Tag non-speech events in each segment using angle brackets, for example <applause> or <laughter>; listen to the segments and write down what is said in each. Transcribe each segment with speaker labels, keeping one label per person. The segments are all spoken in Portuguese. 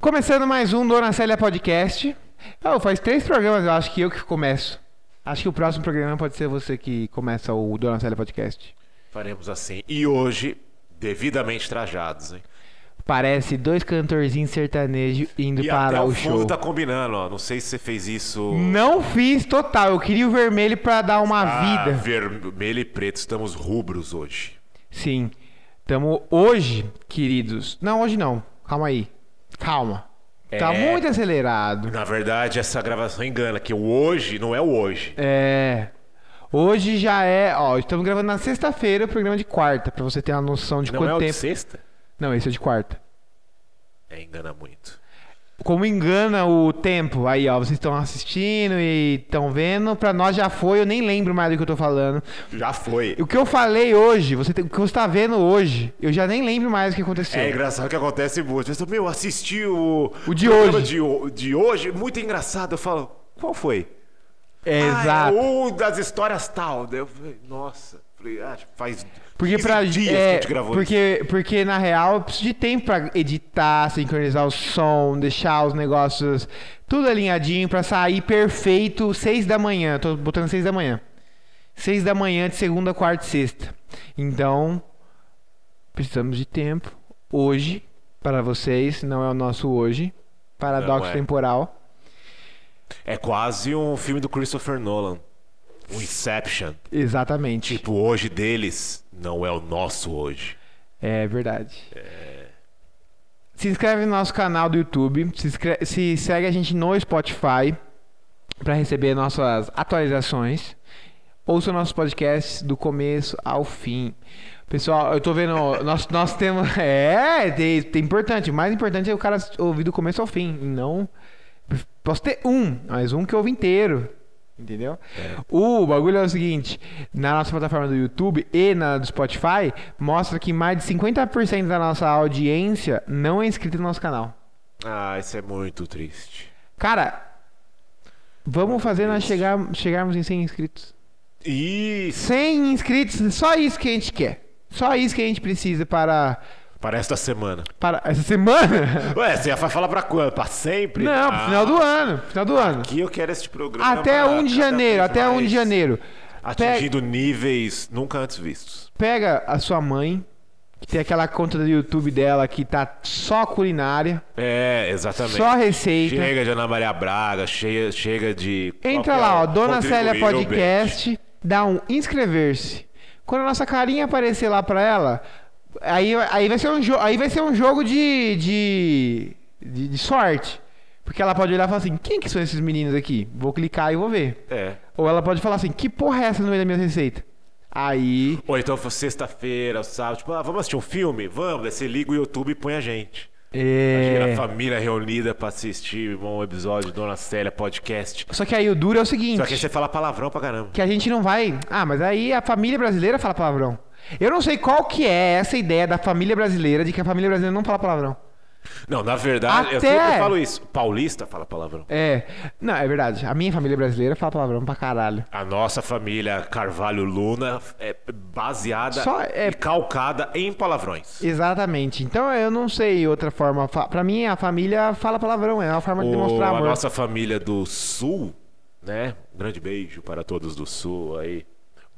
Speaker 1: Começando mais um Dona Célia Podcast. Ah, faz três programas, eu acho que eu que começo. Acho que o próximo programa pode ser você que começa o Dona Célia Podcast.
Speaker 2: Faremos assim. E hoje, devidamente trajados, hein?
Speaker 1: Parece dois cantorzinhos sertanejos indo
Speaker 2: e
Speaker 1: para
Speaker 2: até
Speaker 1: o
Speaker 2: o fundo
Speaker 1: show.
Speaker 2: tá combinando, ó. Não sei se você fez isso.
Speaker 1: Não fiz total, eu queria o vermelho pra dar uma
Speaker 2: Ah,
Speaker 1: vida.
Speaker 2: Vermelho e preto, estamos rubros hoje.
Speaker 1: Sim. Tamo hoje, queridos. Não, hoje não. Calma aí. Calma. Tá
Speaker 2: É.
Speaker 1: muito acelerado.
Speaker 2: Na verdade, essa gravação engana, que o hoje não é o hoje.
Speaker 1: É. Hoje já é, ó, estamos gravando na sexta-feira o programa de quarta, pra você ter uma noção de
Speaker 2: Não
Speaker 1: quanto
Speaker 2: é o de
Speaker 1: tempo.
Speaker 2: sexta?
Speaker 1: Não, esse é de quarta.
Speaker 2: É, engana muito.
Speaker 1: Como engana o tempo. Aí, ó, vocês estão assistindo e estão vendo. Pra nós já foi, eu nem lembro mais do que eu tô falando.
Speaker 2: Já foi.
Speaker 1: O que eu falei hoje, você tem- o que você tá vendo hoje, eu já nem lembro mais o que aconteceu.
Speaker 2: É engraçado que acontece muito. Pessoal, meu, assisti o.
Speaker 1: O de
Speaker 2: programa
Speaker 1: hoje.
Speaker 2: De, ho- de hoje, muito engraçado. Eu falo, qual foi?
Speaker 1: É,
Speaker 2: Ah,
Speaker 1: exato.
Speaker 2: é um das histórias tal. Daí Eu falei, nossa. Falei, ah, faz
Speaker 1: Porque
Speaker 2: 15
Speaker 1: pra
Speaker 2: dias
Speaker 1: é,
Speaker 2: que a gente gravou
Speaker 1: porque, porque na real eu preciso de tempo pra editar, sincronizar o som, deixar os negócios tudo alinhadinho pra sair perfeito seis da manhã. Tô botando seis da manhã. Seis da manhã de segunda, quarta e sexta. Então, precisamos de tempo hoje para vocês, não é o nosso hoje. Paradoxo
Speaker 2: é.
Speaker 1: temporal.
Speaker 2: isso. É quase um filme do Christopher Nolan. O Inception.
Speaker 1: Exatamente.
Speaker 2: Tipo, hoje deles não é o nosso hoje.
Speaker 1: É verdade. Se inscreve no nosso canal do YouTube, se, inscre- se segue a gente no Spotify para receber nossas atualizações. Ouça nossos podcasts do começo ao fim. Pessoal, eu tô vendo. Nós, nós temos. <laughs> É, tem, tem importante. O mais importante é o cara ouvir do começo ao fim. e Não. Posso ter um, mas um que ouve inteiro. Entendeu? O bagulho é o seguinte: na nossa plataforma do YouTube e na do Spotify, mostra que mais de 50% da nossa audiência não é inscrita no nosso canal.
Speaker 2: Ah, isso é muito triste.
Speaker 1: Cara, vamos fazer nós
Speaker 2: Isso.
Speaker 1: chegar, chegarmos em 100 inscritos.
Speaker 2: Isso.
Speaker 1: 100 inscritos, só isso que a gente quer. Só isso que a gente precisa para.
Speaker 2: Para esta semana.
Speaker 1: para essa semana?
Speaker 2: <laughs> Ué, você vai falar pra quando? Pra sempre?
Speaker 1: Não, pro
Speaker 2: Ah,
Speaker 1: final do ano. Final do ano.
Speaker 2: Aqui eu quero este programa.
Speaker 1: Até
Speaker 2: cada
Speaker 1: 1 de
Speaker 2: vez
Speaker 1: janeiro, até 1 de
Speaker 2: mais
Speaker 1: janeiro. Pega-
Speaker 2: Atingindo níveis nunca antes vistos.
Speaker 1: Pega a sua mãe, que tem aquela conta do YouTube dela que tá só culinária,
Speaker 2: É, exatamente.
Speaker 1: só receita.
Speaker 2: Chega de Ana Maria Braga, chega, chega de.
Speaker 1: Entra
Speaker 2: qualquer
Speaker 1: lá, ó,
Speaker 2: um,
Speaker 1: Dona
Speaker 2: contribuir
Speaker 1: Célia
Speaker 2: ao bem.
Speaker 1: Podcast, dá um inscrever-se. Quando a nossa carinha aparecer lá pra ela, aí, aí, vai, ser um jo- aí vai ser um jogo de, de, de, de sorte. Porque ela pode olhar e falar assim, quem que são esses meninos aqui? Vou clicar e vou ver.
Speaker 2: É.
Speaker 1: Ou ela pode falar assim, que porra é essa no meio da minha receita? Aí...
Speaker 2: Ou então foi sexta-feira, sábado, tipo, ah, vamos assistir um filme? Vamos, daí você liga o YouTube e põe a gente. Imagina
Speaker 1: É...
Speaker 2: a família reunida pra assistir um episódio de Dona Célia Podcast.
Speaker 1: Só que aí o duro é o seguinte...
Speaker 2: Só que aí você fala palavrão pra caramba.
Speaker 1: que a gente não vai. Ah, mas aí a família brasileira fala palavrão. Eu não sei qual que é essa ideia da família brasileira de que a família brasileira não fala palavrão.
Speaker 2: Não, na verdade, eu
Speaker 1: Até-
Speaker 2: sempre falo isso. Paulista fala palavrão.
Speaker 1: É. Não, é verdade. A minha família brasileira fala palavrão pra caralho.
Speaker 2: A nossa família Carvalho Luna é baseada
Speaker 1: Só é-
Speaker 2: e calcada em palavrões.
Speaker 1: Exatamente. Então eu não sei outra forma. Fa- Pra mim, a família fala palavrão. É uma forma de demonstrar
Speaker 2: a
Speaker 1: amor.
Speaker 2: nossa família do Sul, né? Um grande beijo para todos do Sul aí.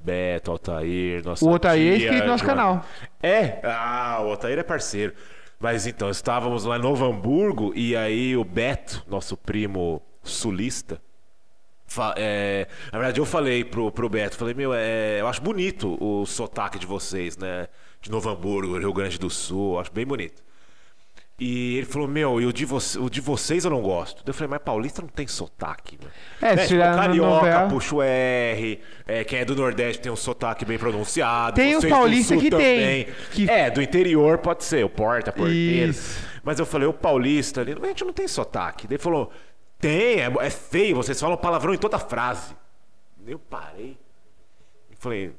Speaker 2: Beto, Altair, nossa
Speaker 1: O Altair é
Speaker 2: tia,
Speaker 1: inscrito no nosso
Speaker 2: Joana.
Speaker 1: canal.
Speaker 2: É? Ah, o Altair é parceiro. Mas então, estávamos lá em Novo Hamburgo e aí o Beto, nosso primo sulista, fa- é, na verdade eu falei pro, pro Beto, falei, meu, é, eu acho bonito o sotaque de vocês, né? De Novo Hamburgo, Rio Grande do Sul, eu acho bem bonito. E ele falou, meu, e o de, voce- o de vocês eu não gosto. Daí Eu falei, mas paulista não tem sotaque, meu. Né, tipo,
Speaker 1: É, se tirar na novela-
Speaker 2: carioca, puxa o R, é, quem é do Nordeste tem um sotaque bem pronunciado.
Speaker 1: Tem os
Speaker 2: vocês do
Speaker 1: paulista
Speaker 2: Sul
Speaker 1: que tem,
Speaker 2: também.
Speaker 1: que-
Speaker 2: É, do interior pode ser, o porta, porteiro.
Speaker 1: Isso.
Speaker 2: Mas eu falei, o paulista ali, a gente não tem sotaque. Daí ele falou, tem, é, é feio, vocês falam palavrão em toda frase. Eu parei. Eu falei,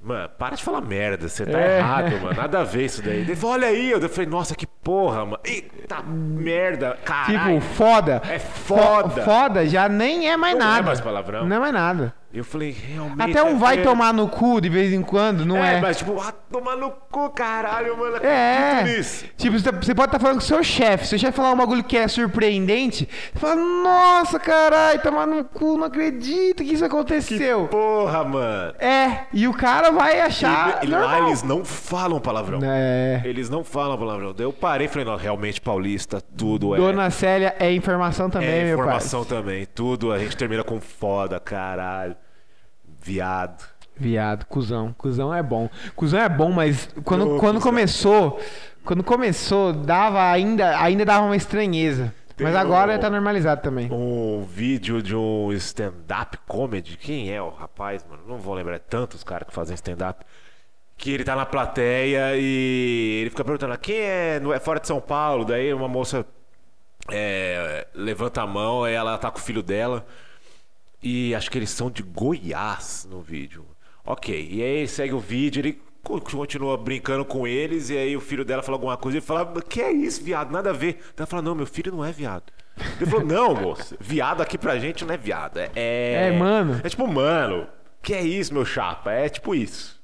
Speaker 2: mano, para de falar merda, você tá
Speaker 1: É.
Speaker 2: errado,
Speaker 1: <laughs>
Speaker 2: mano. Nada a ver isso daí. Ele falou, olha aí, eu falei, nossa, que porra, mano. Eita merda,
Speaker 1: Tipo,
Speaker 2: caralho.
Speaker 1: foda.
Speaker 2: É
Speaker 1: Fo-
Speaker 2: foda.
Speaker 1: Foda já nem é mais
Speaker 2: Não é
Speaker 1: nada.
Speaker 2: mais palavrão.
Speaker 1: Não é mais nada.
Speaker 2: Eu falei, realmente.
Speaker 1: Até um
Speaker 2: é
Speaker 1: vai
Speaker 2: ver-
Speaker 1: tomar no cu de vez em quando, não é?
Speaker 2: É, mas tipo, ah, tomar no cu, caralho, mano.
Speaker 1: É.
Speaker 2: acredito nisso.
Speaker 1: Tipo, você tá- você pode estar falando com o seu chefe. Se o chefe falar um bagulho que é surpreendente, você fala, nossa, caralho, tomar no cu, não acredito que isso aconteceu.
Speaker 2: Porra, mano.
Speaker 1: É, e o cara vai achar.
Speaker 2: E, e lá
Speaker 1: Tá normal.
Speaker 2: eles não falam palavrão.
Speaker 1: É.
Speaker 2: Eles não falam palavrão. Daí eu parei e falei, não, realmente paulista, tudo é.
Speaker 1: Dona Célia é informação também,
Speaker 2: é
Speaker 1: meu pai.
Speaker 2: informação também. Tudo a gente termina com foda, caralho. Viado.
Speaker 1: Viado, cuzão. Cuzão é bom. Cuzão é bom, mas quando,
Speaker 2: Ô,
Speaker 1: quando
Speaker 2: cuzão.
Speaker 1: começou. Quando começou, dava ainda. Ainda dava uma estranheza.
Speaker 2: Tem
Speaker 1: mas agora
Speaker 2: o-
Speaker 1: tá normalizado também.
Speaker 2: Um vídeo de um stand-up comedy. Quem é o rapaz, mano? Não vou lembrar. É tantos caras que fazem stand-up. Que ele tá na plateia e ele fica perguntando: quem é? Não é fora de São Paulo? Daí uma moça é, levanta a mão, aí ela tá com o filho dela. E acho que eles são de Goiás no vídeo. Ok, e aí segue o vídeo, ele co- continua brincando com eles, e aí o filho dela fala alguma coisa e fala: "Mas Que é isso, viado? Nada a ver. Ela fala: Não, meu filho não é viado. Ele falou: Não, moço, viado aqui pra gente não é viado. É.
Speaker 1: É, mano.
Speaker 2: É tipo, mano, que é isso, meu chapa? É tipo isso.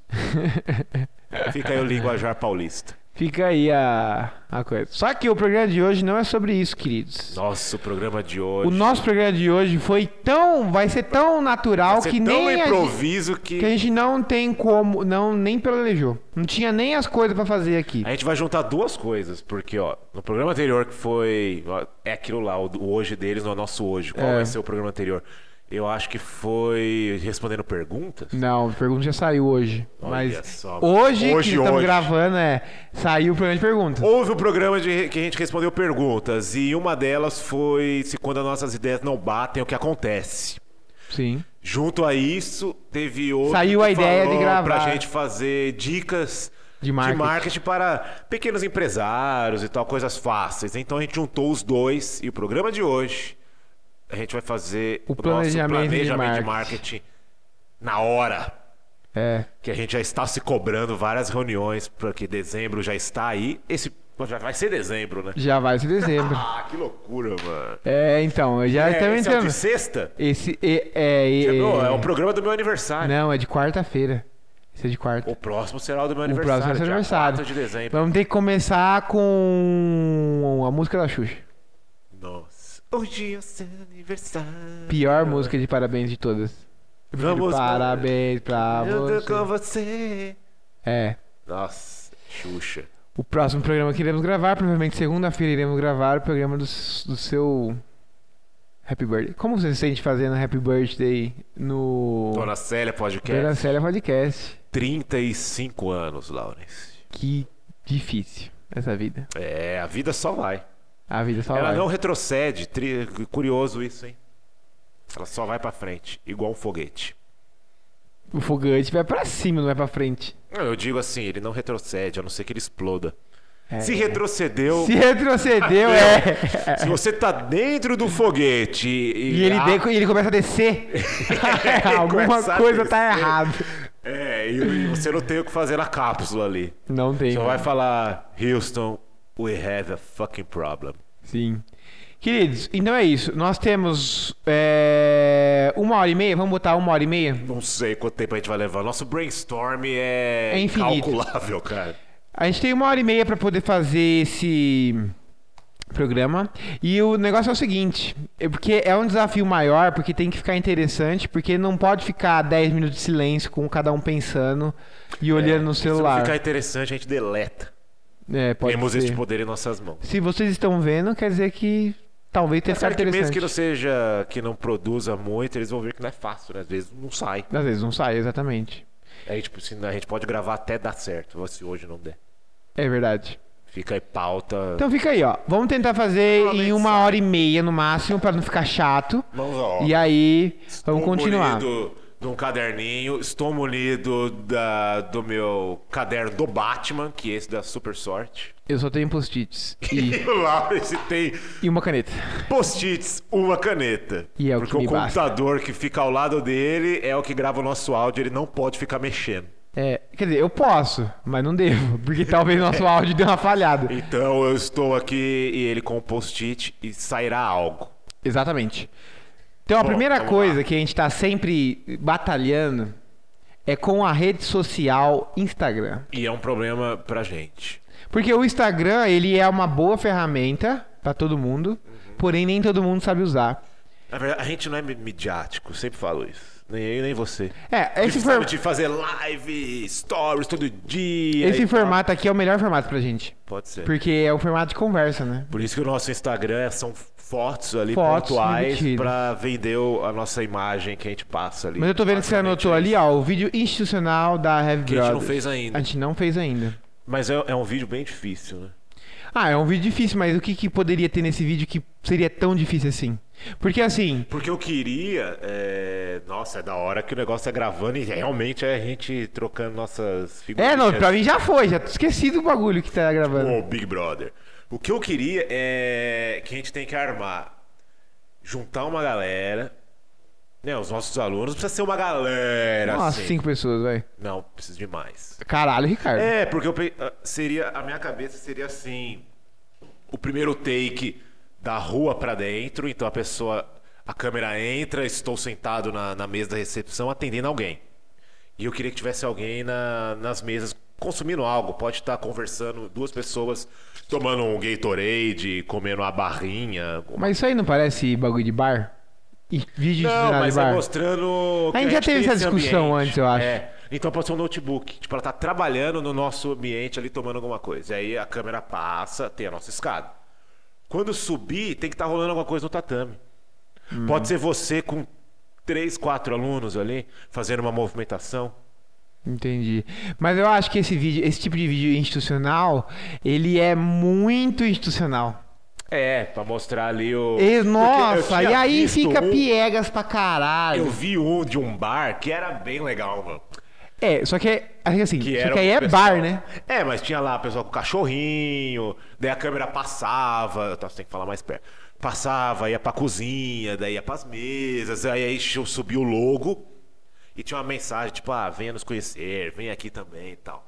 Speaker 2: Fica aí o linguajar paulista.
Speaker 1: Fica aí a, a coisa. Só que o programa de hoje não é sobre isso, queridos.
Speaker 2: Nossa, o programa de hoje.
Speaker 1: O nosso programa de hoje foi tão. Vai ser tão natural
Speaker 2: Vai ser
Speaker 1: que
Speaker 2: tão
Speaker 1: nem. a gente-
Speaker 2: improviso que...
Speaker 1: que a gente não tem como. Não, nem planejou. Não tinha nem as coisas pra fazer aqui.
Speaker 2: A gente vai juntar duas coisas, porque, ó, no programa anterior que foi. ó, É aquilo lá, o, o hoje deles não é nosso hoje. Qual
Speaker 1: É.
Speaker 2: vai ser o programa anterior? Eu acho que foi respondendo perguntas.
Speaker 1: Não, a pergunta já saiu hoje.
Speaker 2: Olha
Speaker 1: mas
Speaker 2: só.
Speaker 1: hoje,
Speaker 2: Hoje,
Speaker 1: que estamos
Speaker 2: hoje.
Speaker 1: gravando é. Saiu o programa de perguntas.
Speaker 2: Houve um programa de, que a gente respondeu perguntas, e uma delas foi se quando as nossas ideias não batem, é o que acontece.
Speaker 1: Sim.
Speaker 2: Junto a isso, teve outro
Speaker 1: Saiu
Speaker 2: que
Speaker 1: a ideia
Speaker 2: falou
Speaker 1: de gravar.
Speaker 2: Pra gente fazer dicas
Speaker 1: De marketing.
Speaker 2: para pequenos empresários e tal, coisas fáceis. Então a gente juntou os dois e o programa de hoje a gente vai fazer
Speaker 1: O
Speaker 2: nosso
Speaker 1: planejamento de
Speaker 2: planejamento de
Speaker 1: marketing.
Speaker 2: marketing na hora.
Speaker 1: É.
Speaker 2: Que a gente já está se cobrando várias reuniões, porque dezembro já está aí. Esse já vai ser dezembro, né?
Speaker 1: Já vai ser
Speaker 2: <laughs>
Speaker 1: dezembro.
Speaker 2: Ah, que loucura, mano.
Speaker 1: é, então, eu já estamos
Speaker 2: esse é o
Speaker 1: entrando.
Speaker 2: de sexta?
Speaker 1: Esse é. é, é,
Speaker 2: Chegou, é o programa do meu aniversário.
Speaker 1: Não, é de quarta-feira. Esse é de quarta.
Speaker 2: O próximo será o do meu
Speaker 1: O
Speaker 2: aniversário.
Speaker 1: próximo é seu
Speaker 2: dia
Speaker 1: aniversário.
Speaker 2: 4 de dezembro.
Speaker 1: Vamos ter que começar com a música da Xuxa.
Speaker 2: Nossa. Hoje é o seu aniversário.
Speaker 1: Pior música de parabéns de todas. Eu prefiro
Speaker 2: Vamos-
Speaker 1: parabéns pra
Speaker 2: Eu tô com
Speaker 1: você.
Speaker 2: você.
Speaker 1: É.
Speaker 2: Nossa, Xuxa.
Speaker 1: O próximo programa que iremos gravar, provavelmente segunda-feira iremos gravar o programa do, s- do seu Happy Birthday. Como você se sente fazendo Happy Birthday no
Speaker 2: Dona Célia Podcast.
Speaker 1: Dona Célia Podcast?
Speaker 2: 35 anos, Laurence.
Speaker 1: Que difícil essa vida.
Speaker 2: É, a vida só vai.
Speaker 1: A vida só
Speaker 2: Ela
Speaker 1: vai.
Speaker 2: não retrocede. Tri- Curioso isso, hein? Ela só vai pra frente, igual um foguete.
Speaker 1: O fogante vai pra cima, não vai pra frente.
Speaker 2: Não, Eu digo assim, ele não retrocede, a não ser que ele exploda.
Speaker 1: É.
Speaker 2: Se retrocedeu,
Speaker 1: Se
Speaker 2: <laughs>
Speaker 1: retrocedeu, é.
Speaker 2: Né? se você tá dentro do foguete e, <laughs>
Speaker 1: E ele,
Speaker 2: Ah,
Speaker 1: de- ele começa a
Speaker 2: <laughs>
Speaker 1: descer. <laughs> Alguma
Speaker 2: Começa a
Speaker 1: coisa tá
Speaker 2: descer.
Speaker 1: errada.
Speaker 2: É, e você não tem o que fazer na cápsula ali.
Speaker 1: Não tem.
Speaker 2: Só
Speaker 1: como.
Speaker 2: vai falar, Houston, we have a fucking problem.
Speaker 1: Sim. Queridos, então é isso. Nós temos é, uma hora e meia. Vamos botar uma hora e meia?
Speaker 2: Não sei quanto tempo a gente vai levar. Nosso brainstorm é,
Speaker 1: É infinito.
Speaker 2: incalculável, cara.
Speaker 1: A gente tem uma hora e meia pra poder fazer esse programa. E o negócio é o seguinte, é porque é um desafio maior, porque tem que ficar interessante, porque não pode ficar 10 minutos de silêncio com cada um pensando e olhando no
Speaker 2: Se
Speaker 1: celular.
Speaker 2: É, não ficar interessante, a gente deleta.
Speaker 1: É, pode
Speaker 2: Temos
Speaker 1: ser.
Speaker 2: esse poder em nossas mãos.
Speaker 1: Se vocês estão vendo, quer dizer que talvez tenha
Speaker 2: Cara,
Speaker 1: ficado
Speaker 2: que É mesmo
Speaker 1: é interessante.
Speaker 2: que não seja, que não produza muito, eles vão ver que não é fácil, né? Às vezes não sai.
Speaker 1: Às vezes não sai, exatamente.
Speaker 2: Aí, tipo, se- a gente pode gravar até dar certo, se hoje não der.
Speaker 1: É verdade.
Speaker 2: Fica aí pauta.
Speaker 1: Então fica aí, ó. Vamos tentar fazer em
Speaker 2: Provavelmente
Speaker 1: uma
Speaker 2: sai.
Speaker 1: hora e meia no máximo, pra não ficar chato.
Speaker 2: Mãos à obra.
Speaker 1: E aí, vamos continuar.
Speaker 2: Então, Estou munido de um caderninho, estou munido da, do meu caderno do Batman, que esse dá super sorte.
Speaker 1: Eu só tenho post-its e,
Speaker 2: <laughs> E o Lawrence tem
Speaker 1: e uma caneta.
Speaker 2: post-its, uma caneta.
Speaker 1: E é o
Speaker 2: Porque
Speaker 1: que me
Speaker 2: o
Speaker 1: basta.
Speaker 2: computador que fica ao lado dele é o que grava o nosso áudio, ele não pode ficar mexendo.
Speaker 1: É, quer dizer, eu posso, mas não devo, porque talvez
Speaker 2: <laughs>
Speaker 1: nosso áudio dê uma falhada.
Speaker 2: Então eu estou aqui e ele com o post-it e sairá algo.
Speaker 1: Exatamente. Então, a
Speaker 2: Bom,
Speaker 1: primeira
Speaker 2: vamos
Speaker 1: coisa
Speaker 2: lá.
Speaker 1: que a gente tá sempre batalhando é com a rede social Instagram.
Speaker 2: E é um problema pra gente.
Speaker 1: Porque o Instagram, ele é uma boa ferramenta pra todo mundo, porém nem todo mundo sabe usar.
Speaker 2: Na verdade, a gente não é mi- midiático, sempre falo isso. Nem eu, nem você.
Speaker 1: É, esse,
Speaker 2: Esse
Speaker 1: for-
Speaker 2: sabe de fazer live, stories todo dia.
Speaker 1: esse
Speaker 2: e tal.
Speaker 1: formato aqui é o melhor formato pra gente.
Speaker 2: Pode ser.
Speaker 1: Porque é o formato de conversa, né?
Speaker 2: Por isso que o nosso Instagram é, são fotos ali
Speaker 1: Fotos
Speaker 2: pontuais
Speaker 1: divertidas.
Speaker 2: pra vender o- a nossa imagem que a gente passa ali.
Speaker 1: Mas eu tô vendo que você anotou ali, ó, o vídeo institucional da Heavy
Speaker 2: é Que a gente não
Speaker 1: Brothers.
Speaker 2: fez ainda.
Speaker 1: A gente não fez ainda.
Speaker 2: Mas é, é um vídeo bem difícil, né?
Speaker 1: Ah, é um vídeo difícil, mas o que, que poderia ter nesse vídeo que seria tão difícil assim? Porque assim,
Speaker 2: Porque eu queria. é, Nossa, é da hora que o negócio é gravando e realmente é a gente trocando nossas figurinhas.
Speaker 1: É, não, pra mim já foi, já tô esquecido o bagulho que tá gravando.
Speaker 2: Ô, Big Brother. O que eu queria é que a gente tem que armar. Juntar uma galera. Né, os nossos alunos. Não precisa ser uma galera
Speaker 1: Nossa,
Speaker 2: assim.
Speaker 1: cinco pessoas, vai.
Speaker 2: Não, precisa de mais.
Speaker 1: Caralho, Ricardo.
Speaker 2: É, porque eu pe- ah, seria a minha cabeça seria assim, o primeiro take da rua pra dentro, então a pessoa a câmera entra, estou sentado na, na mesa da recepção atendendo alguém. E eu queria que tivesse alguém na- nas mesas consumindo algo, pode estar conversando duas pessoas tomando um Gatorade, comendo uma barrinha.
Speaker 1: Mas isso aí não parece bagulho de bar? E vídeo
Speaker 2: Não,
Speaker 1: de
Speaker 2: mas
Speaker 1: bar?
Speaker 2: é mostrando.
Speaker 1: A gente já teve
Speaker 2: tem
Speaker 1: essa
Speaker 2: esse
Speaker 1: discussão
Speaker 2: ambiente.
Speaker 1: antes, eu acho.
Speaker 2: É. Então pode ser um notebook. Tipo, ela tá trabalhando no nosso ambiente ali tomando alguma coisa. E aí a câmera passa, tem a nossa escada. Quando subir, tem que estar rolando alguma coisa no tatame.
Speaker 1: Hum.
Speaker 2: Pode ser você com três, quatro alunos ali, fazendo uma movimentação.
Speaker 1: Entendi. Mas eu acho que esse vídeo, esse tipo de vídeo institucional, ele é muito institucional.
Speaker 2: É, pra mostrar ali o. Porque
Speaker 1: E,
Speaker 2: eu
Speaker 1: nossa,
Speaker 2: tinha
Speaker 1: e aí
Speaker 2: visto
Speaker 1: fica
Speaker 2: um-
Speaker 1: piegas pra caralho.
Speaker 2: Eu vi um de um bar que era bem legal, mano.
Speaker 1: É, só que é- assim,
Speaker 2: Que
Speaker 1: só
Speaker 2: era
Speaker 1: que aí
Speaker 2: o
Speaker 1: é
Speaker 2: pessoal-
Speaker 1: bar, né?
Speaker 2: É, mas tinha lá o pessoal com cachorrinho, daí a câmera passava, tá, você tem que falar mais perto. Passava, ia pra cozinha, daí ia pras mesas, aí, aí eu subi o logo e tinha uma mensagem, tipo, ah, venha nos conhecer, vem aqui também e tal.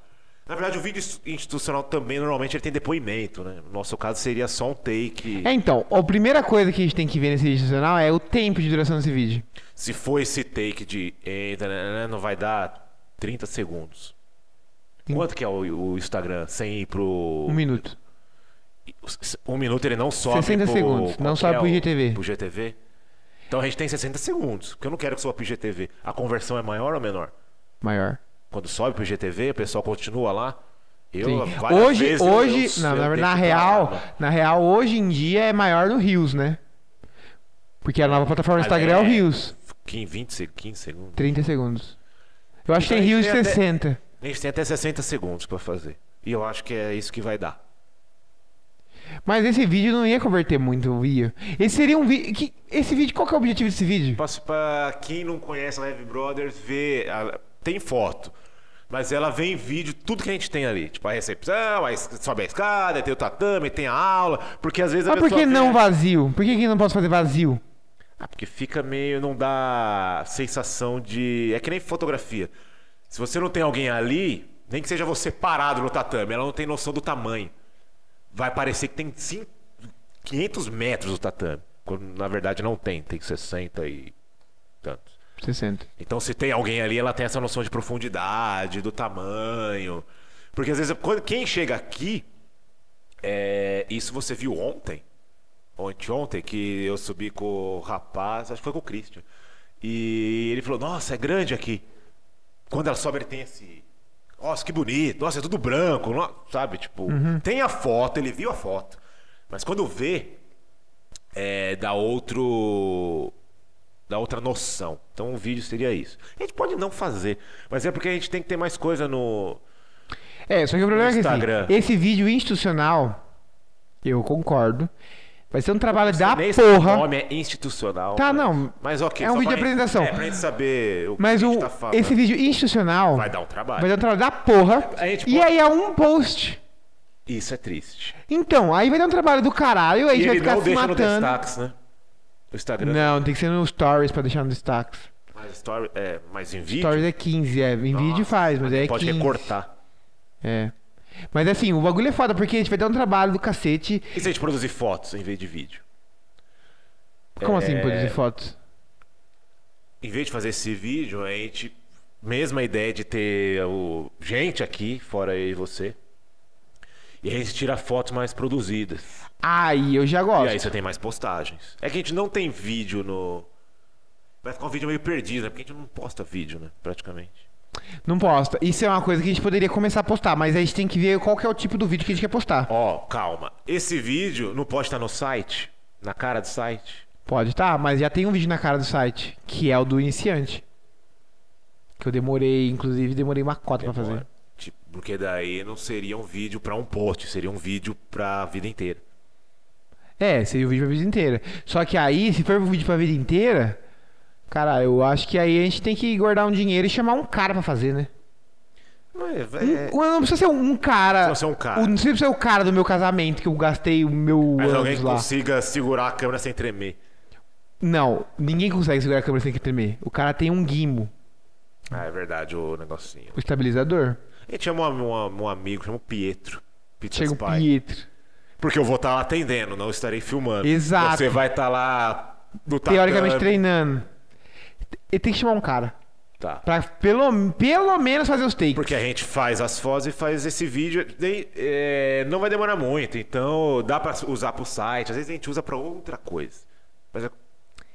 Speaker 2: Na verdade, o vídeo inst- institucional também, normalmente, ele tem depoimento, né? No nosso caso, seria só um take.
Speaker 1: É, então, a primeira coisa que a gente tem que ver nesse vídeo institucional é o tempo de duração desse vídeo.
Speaker 2: Se for esse take de, eita, né, né, não vai dar 30 segundos. Quanto que é o, o Instagram sem ir pro...
Speaker 1: Um minuto.
Speaker 2: Um minuto ele não sobe
Speaker 1: 60
Speaker 2: pro,
Speaker 1: segundos,
Speaker 2: qual
Speaker 1: não
Speaker 2: que
Speaker 1: sobe
Speaker 2: é
Speaker 1: pro
Speaker 2: o-
Speaker 1: IGTV.
Speaker 2: Pro GTV. Então a gente tem 60 segundos, porque eu não quero que sobe pro IGTV. A conversão é maior ou menor?
Speaker 1: Maior.
Speaker 2: Quando sobe pro IGTV, o pessoal continua lá. Eu,
Speaker 1: Sim.
Speaker 2: várias
Speaker 1: Hoje,
Speaker 2: vezes,
Speaker 1: hoje,
Speaker 2: eu-
Speaker 1: na,
Speaker 2: eu
Speaker 1: na,
Speaker 2: tenho
Speaker 1: na
Speaker 2: que dar
Speaker 1: real,
Speaker 2: uma-
Speaker 1: na real, hoje em dia é maior no Rios, né? Porque a nova plataforma do
Speaker 2: Mas
Speaker 1: Instagram é o
Speaker 2: é-
Speaker 1: Rios,
Speaker 2: 15, 20, se- 15 segundos.
Speaker 1: 30 segundos. Eu acho que tem
Speaker 2: Então,
Speaker 1: Rios
Speaker 2: a gente tem até-
Speaker 1: 60.
Speaker 2: A gente tem até 60 segundos pra fazer. E eu acho que é isso que vai dar.
Speaker 1: Mas esse vídeo não ia converter muito, eu ia. Esse seria um vídeo que esse vídeo, qual que é o objetivo desse vídeo?
Speaker 2: Passo pra quem não conhece a Heavy Brothers ver. a- Tem foto. Mas ela vem em vídeo tudo que a gente tem ali. Tipo, a recepção, aí sobe a escada, tem o tatame, tem a aula. Porque às vezes a
Speaker 1: Mas por
Speaker 2: pessoa
Speaker 1: que
Speaker 2: vê-
Speaker 1: não vazio? Por que que não posso fazer vazio?
Speaker 2: Ah, porque fica meio. não dá sensação de. É que nem fotografia. Se você não tem alguém ali, nem que seja você parado no tatame, ela não tem noção do tamanho. Vai parecer que tem cin- 500 metros o tatame. Quando na verdade não tem, tem 60 e tantos.
Speaker 1: 60.
Speaker 2: Então, se tem alguém ali, ela tem essa noção de profundidade, do tamanho. Porque às vezes, quando- quem chega aqui, é, isso você viu ontem, ontem, ontem, que eu subi com o rapaz, acho que foi com o Christian. E ele falou: Nossa, é grande aqui. Quando ela sobe, ele tem esse. Nossa, que bonito, nossa, é tudo branco, no- sabe? Tipo, tem a foto, ele viu a foto. Mas quando vê, é, dá outro dá outra noção. Então o vídeo seria isso. A gente pode não fazer, mas é porque a gente tem que ter mais coisa no.
Speaker 1: É, só que o problema é que
Speaker 2: Instagram.
Speaker 1: assim, esse vídeo institucional, eu concordo, vai ser um trabalho da
Speaker 2: Nem esse
Speaker 1: porra.
Speaker 2: nome é institucional.
Speaker 1: Tá,
Speaker 2: mas-
Speaker 1: não.
Speaker 2: Mas ok.
Speaker 1: É um
Speaker 2: só
Speaker 1: vídeo
Speaker 2: pra
Speaker 1: de
Speaker 2: gente-
Speaker 1: apresentação.
Speaker 2: É, pra gente saber o
Speaker 1: Mas
Speaker 2: que a
Speaker 1: o,
Speaker 2: gente tá falando.
Speaker 1: esse vídeo institucional
Speaker 2: Vai dar um trabalho.
Speaker 1: vai dar um trabalho da porra.
Speaker 2: A gente
Speaker 1: E
Speaker 2: pode-
Speaker 1: aí é um post.
Speaker 2: Isso é triste.
Speaker 1: Então, aí vai dar um trabalho do caralho, aí a
Speaker 2: E
Speaker 1: gente vai
Speaker 2: ele
Speaker 1: ficar
Speaker 2: não
Speaker 1: se
Speaker 2: deixa no né?
Speaker 1: matando.
Speaker 2: destaques, né? O Instagram.
Speaker 1: Não, tem que ser no stories pra deixar no destaque.
Speaker 2: Mas, story, é, mas em vídeo.
Speaker 1: Stories é 15, é. Em vídeo faz, mas é
Speaker 2: pode
Speaker 1: 15.
Speaker 2: recortar.
Speaker 1: É. Mas assim, o bagulho é foda, porque a gente vai dar um trabalho do cacete.
Speaker 2: E se a gente produzir fotos em vez de vídeo?
Speaker 1: Como assim
Speaker 2: É.
Speaker 1: produzir fotos?
Speaker 2: em vez de fazer esse vídeo, a gente. Mesma ideia de ter o, gente aqui, fora eu e você. E a gente tira fotos mais produzidas.
Speaker 1: Aí eu já
Speaker 2: E aí
Speaker 1: gosto.
Speaker 2: você tem mais postagens. É que a gente não tem vídeo no. Vai ficar um vídeo meio perdido, né? Porque a gente não posta vídeo, né? Praticamente.
Speaker 1: Não posta. Isso é uma coisa que a gente poderia começar a postar, mas a gente tem que ver qual que é o tipo do vídeo que a gente quer postar.
Speaker 2: Ó, calma. Esse vídeo não pode estar no site? Na cara do site?
Speaker 1: Pode, tá, mas já tem um vídeo na cara do site, que é o do iniciante. Que eu demorei, inclusive, demorei uma cota pra fazer.
Speaker 2: Tipo, porque daí não seria um vídeo pra um post, seria um vídeo pra vida inteira.
Speaker 1: É, seria o vídeo pra vida inteira. Só que aí, se for um vídeo pra vida inteira, cara, eu acho que aí a gente tem que guardar um dinheiro e chamar um cara pra fazer, né?
Speaker 2: Mas,
Speaker 1: Um-
Speaker 2: é...
Speaker 1: não precisa ser um cara.
Speaker 2: Não precisa ser um cara.
Speaker 1: o- Não precisa ser o cara do meu casamento que eu gastei o meu
Speaker 2: Mas alguém
Speaker 1: anos
Speaker 2: que
Speaker 1: lá.
Speaker 2: consiga segurar a câmera sem tremer.
Speaker 1: Não, ninguém consegue segurar a câmera sem que tremer. O cara tem um guimo,
Speaker 2: Ah, é verdade o negocinho.
Speaker 1: o estabilizador.
Speaker 2: A gente chama um, um- um amigo, chama o Pietro. Pizza
Speaker 1: Chega o
Speaker 2: Spy.
Speaker 1: Pietro.
Speaker 2: Porque eu vou estar lá atendendo, não estarei filmando.
Speaker 1: Exato.
Speaker 2: Você vai estar lá no tatame.
Speaker 1: Teoricamente treinando. Ele tem que chamar um cara.
Speaker 2: Tá.
Speaker 1: Pra pelo, pelo menos fazer os takes.
Speaker 2: Porque a gente faz as fotos e faz esse vídeo. Daí, é, não vai demorar muito, então dá pra usar pro site. Às vezes a gente usa pra outra coisa. Mas, é-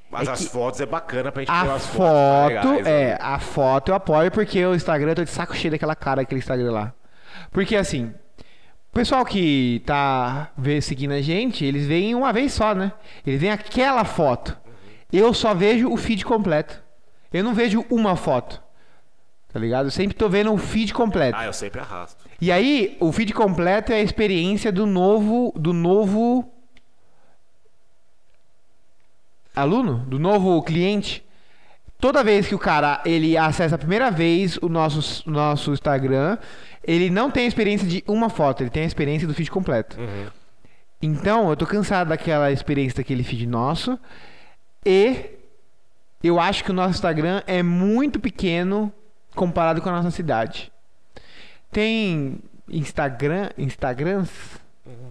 Speaker 2: mas
Speaker 1: É
Speaker 2: as
Speaker 1: que
Speaker 2: fotos é bacana pra gente ter
Speaker 1: A
Speaker 2: umas fotos
Speaker 1: foto,
Speaker 2: legais, né?
Speaker 1: é, a foto eu apoio porque o Instagram, eu tô de saco cheio daquela cara, aquele Instagram lá. Porque assim, o pessoal que tá vê, seguindo a gente, eles veem uma vez só, né? Eles veem aquela foto. Eu só vejo o feed completo. Eu não vejo uma foto. Tá ligado? Eu sempre tô vendo o feed completo.
Speaker 2: Ah, eu sempre arrasto.
Speaker 1: E aí, o feed completo é a experiência do novo. Do novo. Aluno? Do novo cliente. Toda vez que o cara ele acessa a primeira vez o nosso, nosso Instagram, ele não tem a experiência de uma foto, ele tem a experiência do feed completo. Então, eu tô cansado daquela experiência daquele feed nosso. E eu acho que o nosso Instagram é muito pequeno comparado com a nossa cidade. Tem Instagram, Instagrams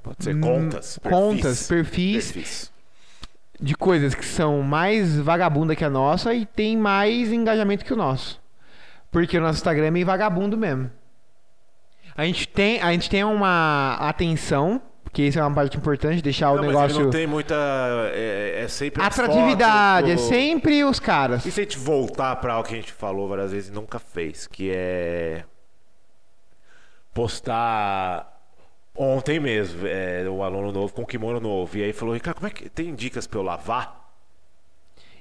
Speaker 2: Pode ser
Speaker 1: Hum,
Speaker 2: contas.
Speaker 1: contas, perfis.
Speaker 2: perfis.
Speaker 1: de coisas que são mais vagabunda que a nossa e tem mais engajamento que o nosso. Porque o nosso Instagram é meio vagabundo mesmo. A gente tem, a gente tem uma atenção, porque isso é uma parte importante, deixar o
Speaker 2: não, mas ele
Speaker 1: negócio
Speaker 2: não tem muita. É, é sempre. as
Speaker 1: atratividade, é
Speaker 2: fotos, o-
Speaker 1: sempre os caras.
Speaker 2: E se a gente voltar pra algo que a gente falou várias vezes e nunca fez, que é postar ontem mesmo, é, um aluno novo com um kimono novo. E aí falou, Ricardo, como é que tem dicas pra eu lavar?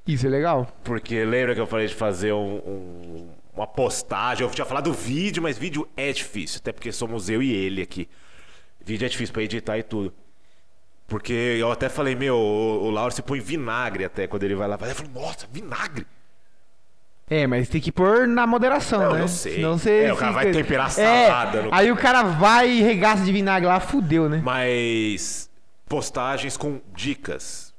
Speaker 1: Isso é legal.
Speaker 2: Porque lembra que eu falei de fazer um- um- uma postagem, eu tinha falado do vídeo, mas vídeo é difícil, até porque somos eu e ele aqui. Vídeo é difícil pra editar e tudo. Porque eu até falei, meu, o, o Lauro se põe vinagre até quando ele vai lavar. Eu falo, nossa, vinagre?
Speaker 1: É, mas tem que pôr na moderação,
Speaker 2: Não,
Speaker 1: né?
Speaker 2: eu sei.
Speaker 1: Senão você
Speaker 2: É, o cara vai
Speaker 1: fica-
Speaker 2: temperar a
Speaker 1: É,
Speaker 2: salada no-
Speaker 1: Aí o cara vai e regaça de vinagre lá, fudeu, né?
Speaker 2: mas postagens com dicas.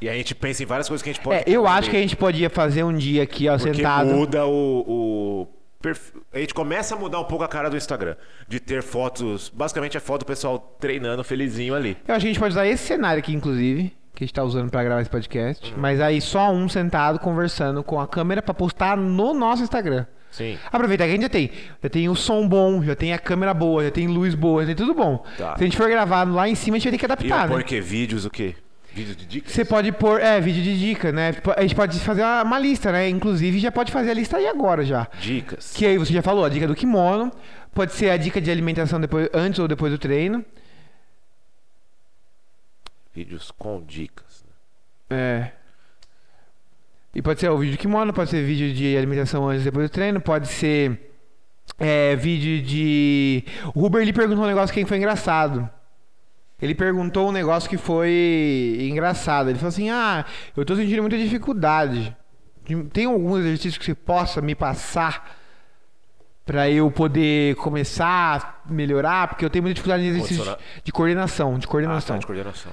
Speaker 2: E a gente pensa em várias coisas que a gente pode.
Speaker 1: É, eu acho que a
Speaker 2: fazer,
Speaker 1: gente podia fazer um dia aqui, ó,
Speaker 2: porque
Speaker 1: sentado.
Speaker 2: muda o, o perfil. A gente começa a mudar um pouco a cara do Instagram, de ter fotos. Basicamente é foto do pessoal treinando felizinho ali.
Speaker 1: Eu acho que a gente pode usar esse cenário aqui, inclusive, que a gente tá usando pra gravar esse podcast. Mas aí só um sentado conversando com a câmera pra postar no nosso Instagram.
Speaker 2: Sim.
Speaker 1: Aproveitar que a gente já tem. Já tem o som bom, já tem a câmera boa, já tem luz boa, já tem tudo bom.
Speaker 2: Tá.
Speaker 1: Se a gente for gravar lá em cima, a gente vai ter que
Speaker 2: E
Speaker 1: adaptar,
Speaker 2: o
Speaker 1: né?
Speaker 2: porquê vídeos o quê? Vídeo de dicas?
Speaker 1: Você pode pôr, é, vídeo de dica, né? A gente pode fazer uma uma lista, né? Inclusive, já pode fazer a lista aí agora já.
Speaker 2: Dicas.
Speaker 1: Que aí você já falou, a dica do kimono. Pode ser a dica de alimentação depois, antes ou depois do treino.
Speaker 2: Vídeos com dicas. né?
Speaker 1: É. E pode ser o vídeo do kimono, pode ser vídeo de alimentação antes e depois do treino, pode ser é, vídeo de. O Ruber lhe perguntou um negócio que foi engraçado. Ele perguntou um negócio que foi engraçado. Ele falou assim: Ah, eu tô sentindo muita dificuldade. De- Tem algum exercício que você possa me passar pra eu poder começar a melhorar? Porque eu tenho muita dificuldade em exercício de,
Speaker 2: Condicionar.
Speaker 1: de coordenação. De
Speaker 2: Ah,
Speaker 1: coordenação.
Speaker 2: tá, de coordenação.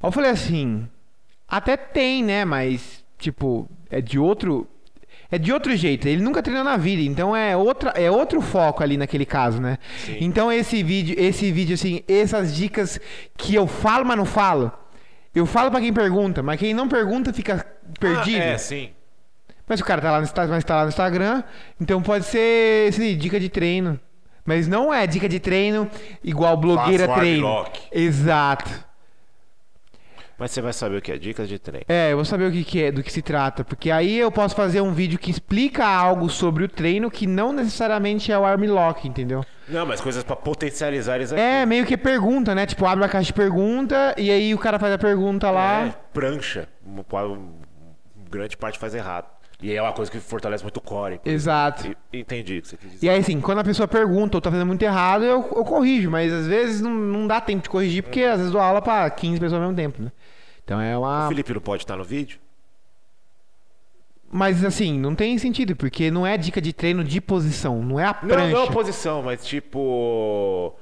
Speaker 1: Aí eu falei assim, até tem, né? Mas, tipo, é de outro. É de outro jeito. Ele nunca treinou na vida, então é, outra, é outro foco ali naquele caso, né?
Speaker 2: Sim.
Speaker 1: Então esse vídeo, esse vídeo, assim, essas dicas que eu falo, mas não falo. Eu falo pra quem pergunta, mas quem não pergunta fica perdido.
Speaker 2: Ah, é, sim.
Speaker 1: Mas o cara tá lá no, Insta- mas tá lá no Instagram, então pode ser esse dica de treino. Mas não é dica de treino igual blogueira
Speaker 2: Faça um
Speaker 1: treino.
Speaker 2: armlock.
Speaker 1: Exato.
Speaker 2: Mas você vai saber o que é dicas de treino.
Speaker 1: É, eu vou saber o que, que é, do que se trata, porque aí eu posso fazer um vídeo que explica algo sobre o treino que não necessariamente é o armlock, entendeu?
Speaker 2: Não, mas coisas pra potencializar isso aqui.
Speaker 1: É, meio que pergunta, né? Tipo, abre a caixa de pergunta e aí o cara faz a pergunta lá.
Speaker 2: É, prancha. Uma- uma- um grande parte faz errado. E é uma coisa que fortalece muito o core.
Speaker 1: Exato.
Speaker 2: E- Entendi o que você quis dizer.
Speaker 1: E aí, assim, quando a pessoa pergunta ou tá fazendo muito errado, eu, eu corrijo, mas às vezes não, não dá tempo de corrigir, porque às vezes dou aula pra 15 pessoas ao mesmo tempo, né? Então é
Speaker 2: O
Speaker 1: uma.
Speaker 2: Felipe não pode estar no vídeo?
Speaker 1: Mas assim, não tem sentido, porque não é dica de treino de posição, não é a
Speaker 2: Não,
Speaker 1: prancha.
Speaker 2: não a posição, mas tipo.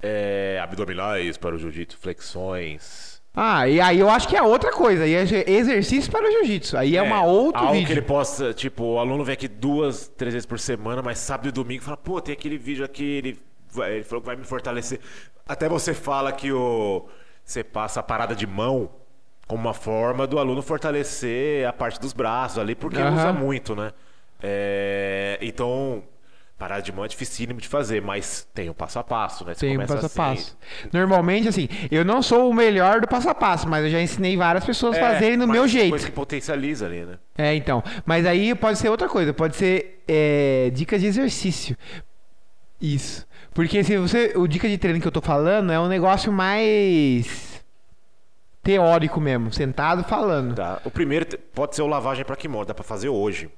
Speaker 2: É, abdominais para o jiu-jitsu, flexões.
Speaker 1: Ah, e aí eu acho que é outra coisa. Aí é ge- exercício para o jiu-jitsu. Aí é, uma outra
Speaker 2: Algo
Speaker 1: vídeo.
Speaker 2: que ele possa, tipo, o aluno vem aqui duas, três vezes por semana, mas sábado e domingo fala, pô, tem aquele vídeo aqui, ele, vai- ele falou que vai me fortalecer. Até você fala que o, você passa a parada de mão como uma forma do aluno fortalecer a parte dos braços ali, porque ele
Speaker 1: Aham.
Speaker 2: usa muito, né? É, então, parada de mão é dificílimo de fazer, mas tem o passo a passo, né? Você
Speaker 1: Tem um
Speaker 2: começa
Speaker 1: passo a
Speaker 2: assim,
Speaker 1: passo. Normalmente, assim, eu não sou o melhor do passo a passo, mas eu já ensinei várias pessoas a
Speaker 2: é,
Speaker 1: fazerem no
Speaker 2: mas
Speaker 1: meu jeito.
Speaker 2: Coisa que potencializa ali, né?
Speaker 1: É, então. Mas aí pode ser outra coisa, pode ser é, dicas de exercício. Isso. Porque se você. O dica de treino que eu tô falando é um negócio mais teórico mesmo, sentado falando.
Speaker 2: Tá. O primeiro te- pode ser o lavagem para kimono, dá pra fazer hoje.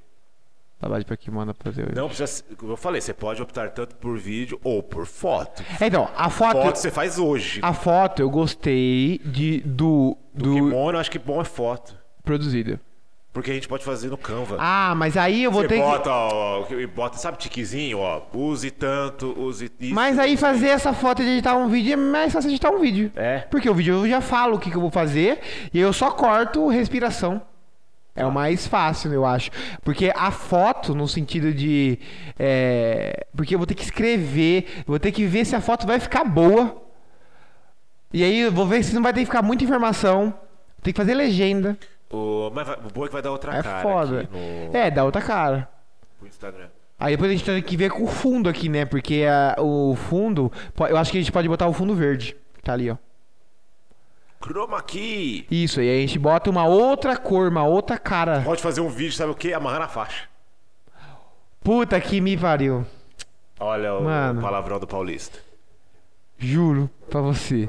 Speaker 1: Trabalho pra que manda fazer hoje.
Speaker 2: Não precisa. ser- Como eu falei, você pode optar tanto por vídeo ou por foto.
Speaker 1: É, Então, a foto.
Speaker 2: Foto você faz hoje.
Speaker 1: A foto eu gostei de, do.
Speaker 2: Do
Speaker 1: do,
Speaker 2: kimono, eu acho que bom é foto.
Speaker 1: produzida.
Speaker 2: Porque a gente pode fazer no Canva.
Speaker 1: Ah, mas aí eu vou
Speaker 2: você
Speaker 1: ter
Speaker 2: bota,
Speaker 1: que.
Speaker 2: ó, e bota, sabe, tiquezinho, ó. Use tanto, use isso.
Speaker 1: Mas aí fazer essa foto e editar um vídeo é mais fácil editar um vídeo.
Speaker 2: É.
Speaker 1: Porque o vídeo eu já falo o que, que eu vou fazer e eu só corto respiração. É o mais fácil, eu acho. Porque a foto, no sentido de. é, Porque eu vou ter que escrever, vou ter que ver se a foto vai ficar boa. E aí eu vou ver se não vai ter que ficar muita informação. Tem que fazer legenda.
Speaker 2: O, mas vai, o bom é que vai dar outra
Speaker 1: É
Speaker 2: cara
Speaker 1: foda.
Speaker 2: aqui no,
Speaker 1: É, dá outra cara.
Speaker 2: no Instagram.
Speaker 1: Aí depois a gente tem que ver com o fundo aqui, né? Porque ah, o fundo. po- Eu acho que a gente pode botar o fundo verde. que Tá ali, ó.
Speaker 2: Chroma key!
Speaker 1: Isso, e aí a gente bota uma outra cor, uma outra cara.
Speaker 2: Pode fazer um vídeo, sabe o quê? Amarrar na faixa.
Speaker 1: Puta que me pariu.
Speaker 2: Olha o
Speaker 1: Mano.
Speaker 2: palavrão do paulista.
Speaker 1: Juro pra você.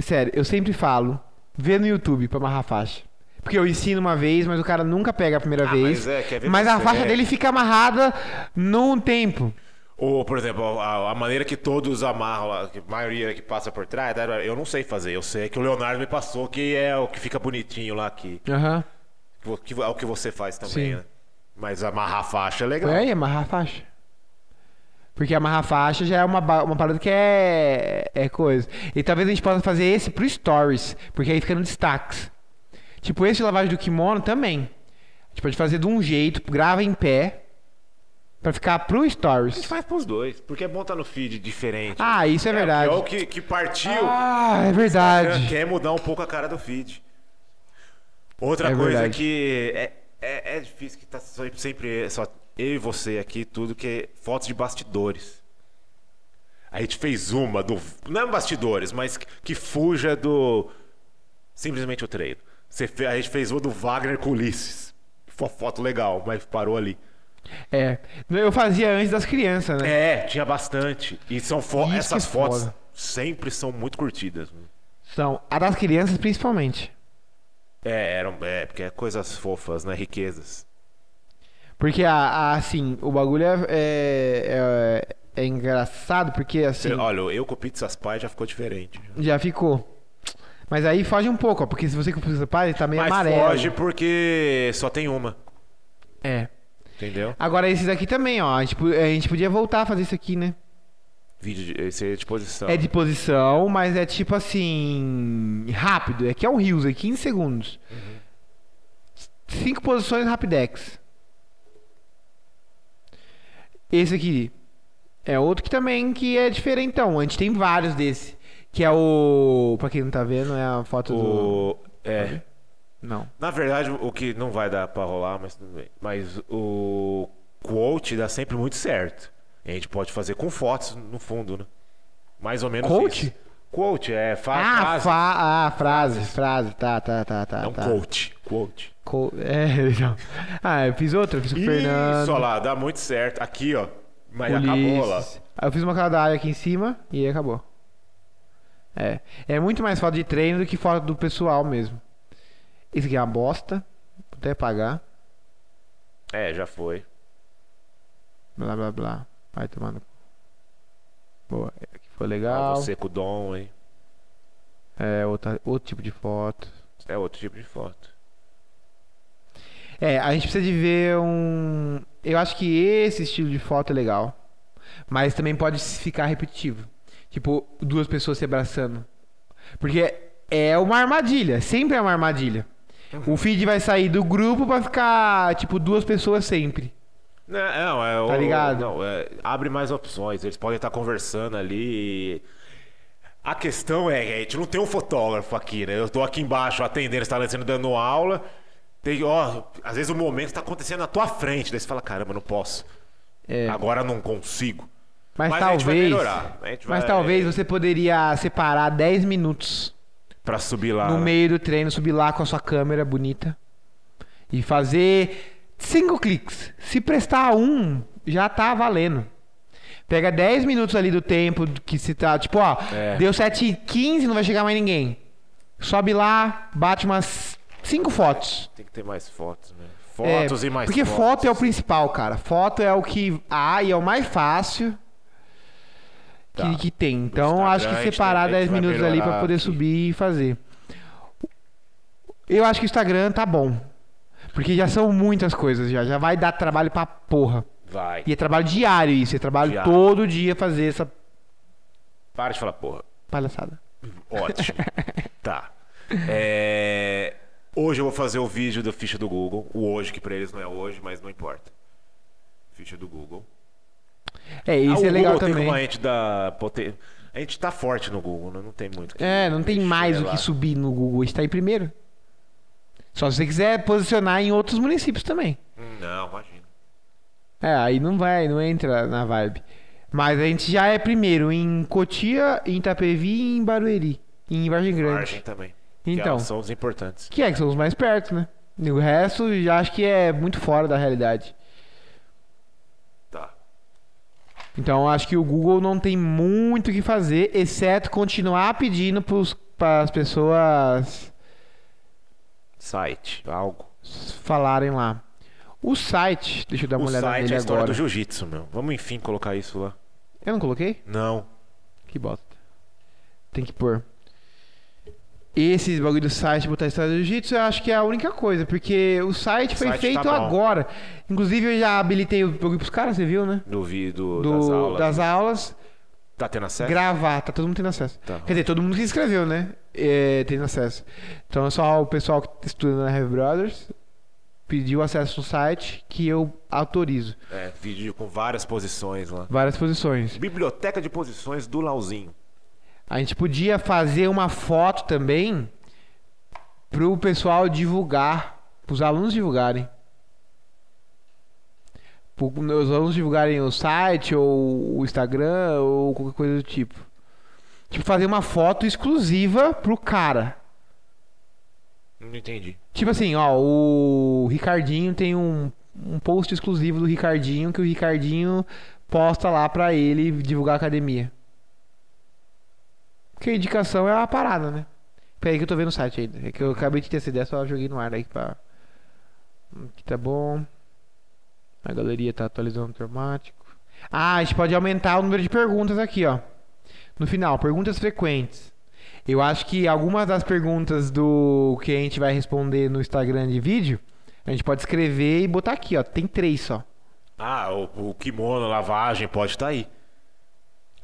Speaker 1: Sério, eu sempre falo. Vê no YouTube pra amarrar a faixa. Porque eu ensino uma vez, mas o cara nunca pega a primeira
Speaker 2: Ah,
Speaker 1: vez.
Speaker 2: mas é, quer ver
Speaker 1: mas a
Speaker 2: você,
Speaker 1: faixa
Speaker 2: é.
Speaker 1: dele fica amarrada num tempo.
Speaker 2: Ou, por exemplo, a, a maneira que todos amarram, a que- a maioria que passa por trás, tá? eu não sei fazer. Eu sei que o Leonardo me passou, que é o que fica bonitinho lá aqui.
Speaker 1: Aham.
Speaker 2: Que é o que você faz também,
Speaker 1: Sim.
Speaker 2: né? Mas amarrar a faixa é legal.
Speaker 1: É, e amarrar a faixa. Porque amarrar a faixa já é uma, ba- uma parada que é, é coisa. E talvez a gente possa fazer esse pro Stories, porque aí fica no destaques. Tipo, esse de lavagem do kimono também. A gente pode fazer de um jeito, grava em pé, pra ficar pro
Speaker 2: A gente
Speaker 1: Stories.
Speaker 2: faz pros dois, porque é bom estar no feed diferente.
Speaker 1: Ah, isso é verdade.
Speaker 2: É o que, que partiu
Speaker 1: Ah, é verdade.
Speaker 2: quer mudar um pouco a cara do feed. Outra
Speaker 1: É
Speaker 2: coisa
Speaker 1: verdade.
Speaker 2: que é, é, é difícil, que tá só- sempre só eu e você aqui, tudo, que é fotos de bastidores. A gente fez uma do. Não é bastidores, mas que, que fuja do. Simplesmente o treino. Você fe- a gente fez uma do Wagner com Ulisses. Foi uma foto legal, mas parou ali.
Speaker 1: É. Eu fazia antes das crianças, né?
Speaker 2: É, tinha bastante. E são fo-
Speaker 1: Isso que
Speaker 2: essas fotos
Speaker 1: foda.
Speaker 2: sempre são muito curtidas. né?
Speaker 1: São Então, a das crianças principalmente.
Speaker 2: É, eram, é, porque é coisas fofas, né? Riquezas.
Speaker 1: Porque, a, a- assim, o bagulho é, é, é- é engraçado, porque, assim,
Speaker 2: Cê- olha, eu com Pizzas Pie já ficou diferente. já.
Speaker 1: já ficou. Mas aí foge um pouco, ó, porque se você com o pai, tá meio
Speaker 2: Mas
Speaker 1: amarelo.
Speaker 2: foge porque só tem uma,
Speaker 1: É.
Speaker 2: entendeu?
Speaker 1: Agora esses aqui também, ó. A gente, po- a gente podia voltar a fazer isso aqui, né?
Speaker 2: Vídeo de, esse é de posição.
Speaker 1: É de posição, mas é tipo assim. Rápido. Aqui é um Rios, é 15 segundos. Cinco posições Rapidex. Esse aqui é outro que também que é diferentão. A gente tem vários desse. Que é o. Pra quem não tá vendo, é a foto do.
Speaker 2: o, é,
Speaker 1: Não.
Speaker 2: Na verdade, o que não vai dar pra rolar, mas tudo bem. Mas o quote dá sempre muito certo. E a gente pode fazer com fotos no fundo, né? Mais ou menos
Speaker 1: Quote?
Speaker 2: isso. Quote? é fa
Speaker 1: Ah,
Speaker 2: frase. É um
Speaker 1: fa ah, frase, frase, tá, tá, tá, tá.
Speaker 2: Não,
Speaker 1: tá.
Speaker 2: quote. Quote.
Speaker 1: Co- <laughs> É, então. Ah, eu fiz outra, eu fiz com o Fernando.
Speaker 2: Isso, olha lá, dá muito certo. Aqui, ó. Mas acabou lá.
Speaker 1: Ulisses. Aí Eu fiz uma cara da área aqui em cima e aí acabou. É. É muito mais foto de treino do que foto do pessoal mesmo. Isso aqui é uma bosta. Vou até pagar.
Speaker 2: É, já foi.
Speaker 1: Blá blá blá. Vai tomando. Boa. é, Aqui foi
Speaker 2: Ah,
Speaker 1: legal.
Speaker 2: você com o dom, hein?
Speaker 1: É, outra, outro tipo de foto.
Speaker 2: É outro tipo de foto.
Speaker 1: É, a gente precisa de ver um. Eu acho que esse estilo de foto é legal. Mas também pode ficar repetitivo. Tipo, duas pessoas se abraçando. Porque é uma armadilha, sempre é uma armadilha. O feed vai sair do grupo pra ficar, tipo, duas pessoas sempre.
Speaker 2: Não, não, é o-
Speaker 1: Tá ligado?
Speaker 2: não, é- abre mais opções. Eles podem estar conversando ali. e- A questão é, gente, não tem um fotógrafo aqui, né? Eu tô aqui embaixo atendendo, estabelecendo, dando aula. Tem, ó, às vezes o momento tá acontecendo na tua frente. Daí você fala, caramba, não posso.
Speaker 1: É.
Speaker 2: Agora não consigo.
Speaker 1: Mas,
Speaker 2: Ah, Mas a gente vai
Speaker 1: talvez.
Speaker 2: melhorar, a gente
Speaker 1: Mas
Speaker 2: vai-
Speaker 1: talvez você poderia separar 10 minutos
Speaker 2: Pra subir lá.
Speaker 1: no
Speaker 2: né?
Speaker 1: meio do treino, subir lá com a sua câmera bonita e fazer cinco cliques. Se prestar um, já tá valendo. Pega 10 minutos ali do tempo que se tá, tipo, ó,
Speaker 2: É.
Speaker 1: deu 7 h 15 não vai chegar mais ninguém. Sobe lá, bate umas cinco fotos.
Speaker 2: Tem que ter mais fotos, né?
Speaker 1: É,
Speaker 2: Fotos e mais
Speaker 1: Porque
Speaker 2: fotos.
Speaker 1: foto é o principal, cara. Foto é o que há e é o mais fácil que,
Speaker 2: Tá.
Speaker 1: que tem. Então
Speaker 2: Instagram,
Speaker 1: acho
Speaker 2: a
Speaker 1: que
Speaker 2: gente
Speaker 1: separar
Speaker 2: tem- a gente
Speaker 1: 10
Speaker 2: vai
Speaker 1: minutos ali pra
Speaker 2: melhorar
Speaker 1: poder
Speaker 2: aqui.
Speaker 1: subir e fazer. Eu acho que o Instagram tá bom. Porque já são muitas coisas já. Já vai dar trabalho pra porra.
Speaker 2: Vai.
Speaker 1: E é trabalho diário isso. É trabalho
Speaker 2: Diário.
Speaker 1: todo dia fazer essa
Speaker 2: Para de falar, porra.
Speaker 1: palhaçada. <laughs>
Speaker 2: Ótimo. tá. É, Hoje eu vou fazer o vídeo da ficha do Google. O hoje, que pra eles não é hoje, mas não importa. Ficha do Google.
Speaker 1: É, isso
Speaker 2: Ah, o
Speaker 1: é legal
Speaker 2: Google tem
Speaker 1: também.
Speaker 2: como a gente dá poten- A gente tá forte no Google, né? não tem muito. o que
Speaker 1: É, não tem
Speaker 2: mexer
Speaker 1: mais o
Speaker 2: lá.
Speaker 1: que subir no Google. Está em primeiro. Só se você quiser posicionar em outros municípios também.
Speaker 2: Hum, Não, imagina.
Speaker 1: É, aí não vai, não entra na vibe. Mas a gente já é primeiro em Cotia, em Itapevi e em Barueri. e Em Vargem Grande.
Speaker 2: Margem também. que
Speaker 1: Então,
Speaker 2: elas são os importantes.
Speaker 1: que é que são os mais perto, né? E o resto já acho que é muito fora da realidade.
Speaker 2: Tá.
Speaker 1: Então acho que o Google não tem muito o que fazer, exceto continuar pedindo para as pessoas
Speaker 2: Site, algo.
Speaker 1: falarem lá. O site, deixa eu dar uma
Speaker 2: o
Speaker 1: olhada
Speaker 2: site é
Speaker 1: nele
Speaker 2: a história
Speaker 1: agora.
Speaker 2: do jiu-jitsu, meu. Vamos enfim colocar isso lá.
Speaker 1: Eu não coloquei?
Speaker 2: Não.
Speaker 1: Que bosta. Tem que pôr. Esse bagulho do site botar história do jiu-jitsu, eu acho que é a única coisa, porque o site foi
Speaker 2: site
Speaker 1: feito
Speaker 2: tá bom.
Speaker 1: agora. Inclusive, eu já habilitei o bagulho pros caras, você viu, né?
Speaker 2: Do vídeo
Speaker 1: Do-
Speaker 2: das aulas.
Speaker 1: das aulas,
Speaker 2: Tá tendo acesso?
Speaker 1: gravar, tá todo mundo tendo acesso.
Speaker 2: Tá.
Speaker 1: Quer dizer, todo mundo que se inscreveu, né? É, tendo acesso. Então é só o pessoal que estuda na Heavy Brothers pediu acesso no site que eu autorizo.
Speaker 2: É, vídeo com várias posições lá.
Speaker 1: Várias posições.
Speaker 2: Biblioteca de posições do Lauzinho.
Speaker 1: A gente podia fazer uma foto também pro pessoal divulgar, pros alunos divulgarem. Pro- Os alunos divulgarem o site ou o Instagram ou qualquer coisa do tipo. Tipo, fazer uma foto exclusiva pro cara.
Speaker 2: Não entendi.
Speaker 1: Tipo assim, ó, o Ricardinho tem um, um post exclusivo do Ricardinho que o Ricardinho posta lá pra ele divulgar a academia. Porque a indicação é uma parada, né? Peraí que eu tô vendo o site ainda. É que eu acabei de ter essa ideia, só joguei no ar aí pra. Aqui tá bom. A galeria tá atualizando automático. Ah, a gente pode aumentar o número de perguntas aqui, ó. No final, perguntas frequentes. Eu acho que algumas das perguntas do que a gente vai responder no Instagram de vídeo, a gente pode escrever e botar aqui, ó. Tem três só.
Speaker 2: Ah, o, o kimono, a lavagem, pode estar aí.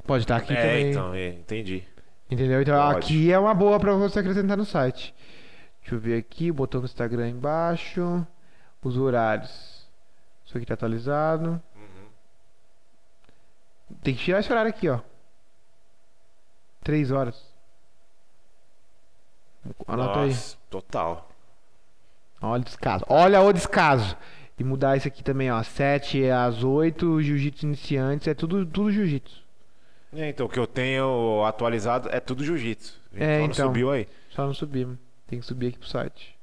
Speaker 1: Pode estar aqui
Speaker 2: é,
Speaker 1: também.
Speaker 2: então, é, entendi.
Speaker 1: Entendeu? Então
Speaker 2: Pode.
Speaker 1: aqui é uma boa pra você acrescentar no site. Deixa eu ver aqui, o botão do Instagram embaixo. Os horários. Isso aqui tá atualizado.
Speaker 2: Uhum.
Speaker 1: Tem que tirar esse horário aqui, ó. Três horas. Anota aí.
Speaker 2: Nossa, total.
Speaker 1: Olha o descaso. Olha o descaso. E mudar isso aqui também, ó. 7 às 8, jiu-jitsu iniciantes, é tudo, tudo jiu-jitsu.
Speaker 2: É, então, o que eu tenho atualizado é tudo jiu-jitsu.
Speaker 1: É,
Speaker 2: Só não
Speaker 1: então.
Speaker 2: subiu aí.
Speaker 1: Só não subimos. Tem que subir aqui pro site.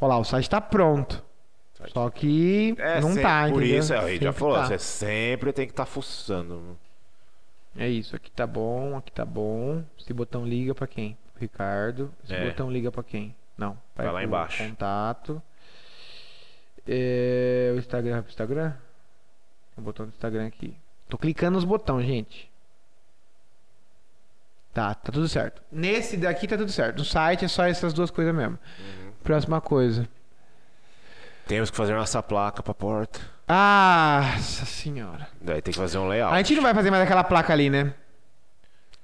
Speaker 1: Olha lá, o site tá pronto.
Speaker 2: Site.
Speaker 1: Só que
Speaker 2: É,
Speaker 1: não
Speaker 2: sempre-
Speaker 1: tá,
Speaker 2: Por
Speaker 1: entendeu?
Speaker 2: isso, é, a gente já
Speaker 1: Sempre
Speaker 2: falou,
Speaker 1: tá.
Speaker 2: você sempre tem que estar fuçando.
Speaker 1: É isso, aqui tá bom, aqui tá bom. Esse botão liga pra quem? Pro Ricardo. Esse
Speaker 2: É.
Speaker 1: botão liga pra quem? Não.
Speaker 2: Vai lá
Speaker 1: pro
Speaker 2: embaixo.
Speaker 1: Contato. É, o Instagram, vai pro Instagram? Tem um botão do Instagram aqui. Tô clicando nos botões, gente. Tá, tá tudo certo. Nesse daqui tá tudo certo. No site é só essas duas coisas mesmo.
Speaker 2: Uhum.
Speaker 1: Próxima coisa.
Speaker 2: Temos que fazer nossa placa pra porta.
Speaker 1: Ah, nossa senhora.
Speaker 2: Daí tem que fazer um layout.
Speaker 1: A gente não vai fazer mais aquela placa ali, né?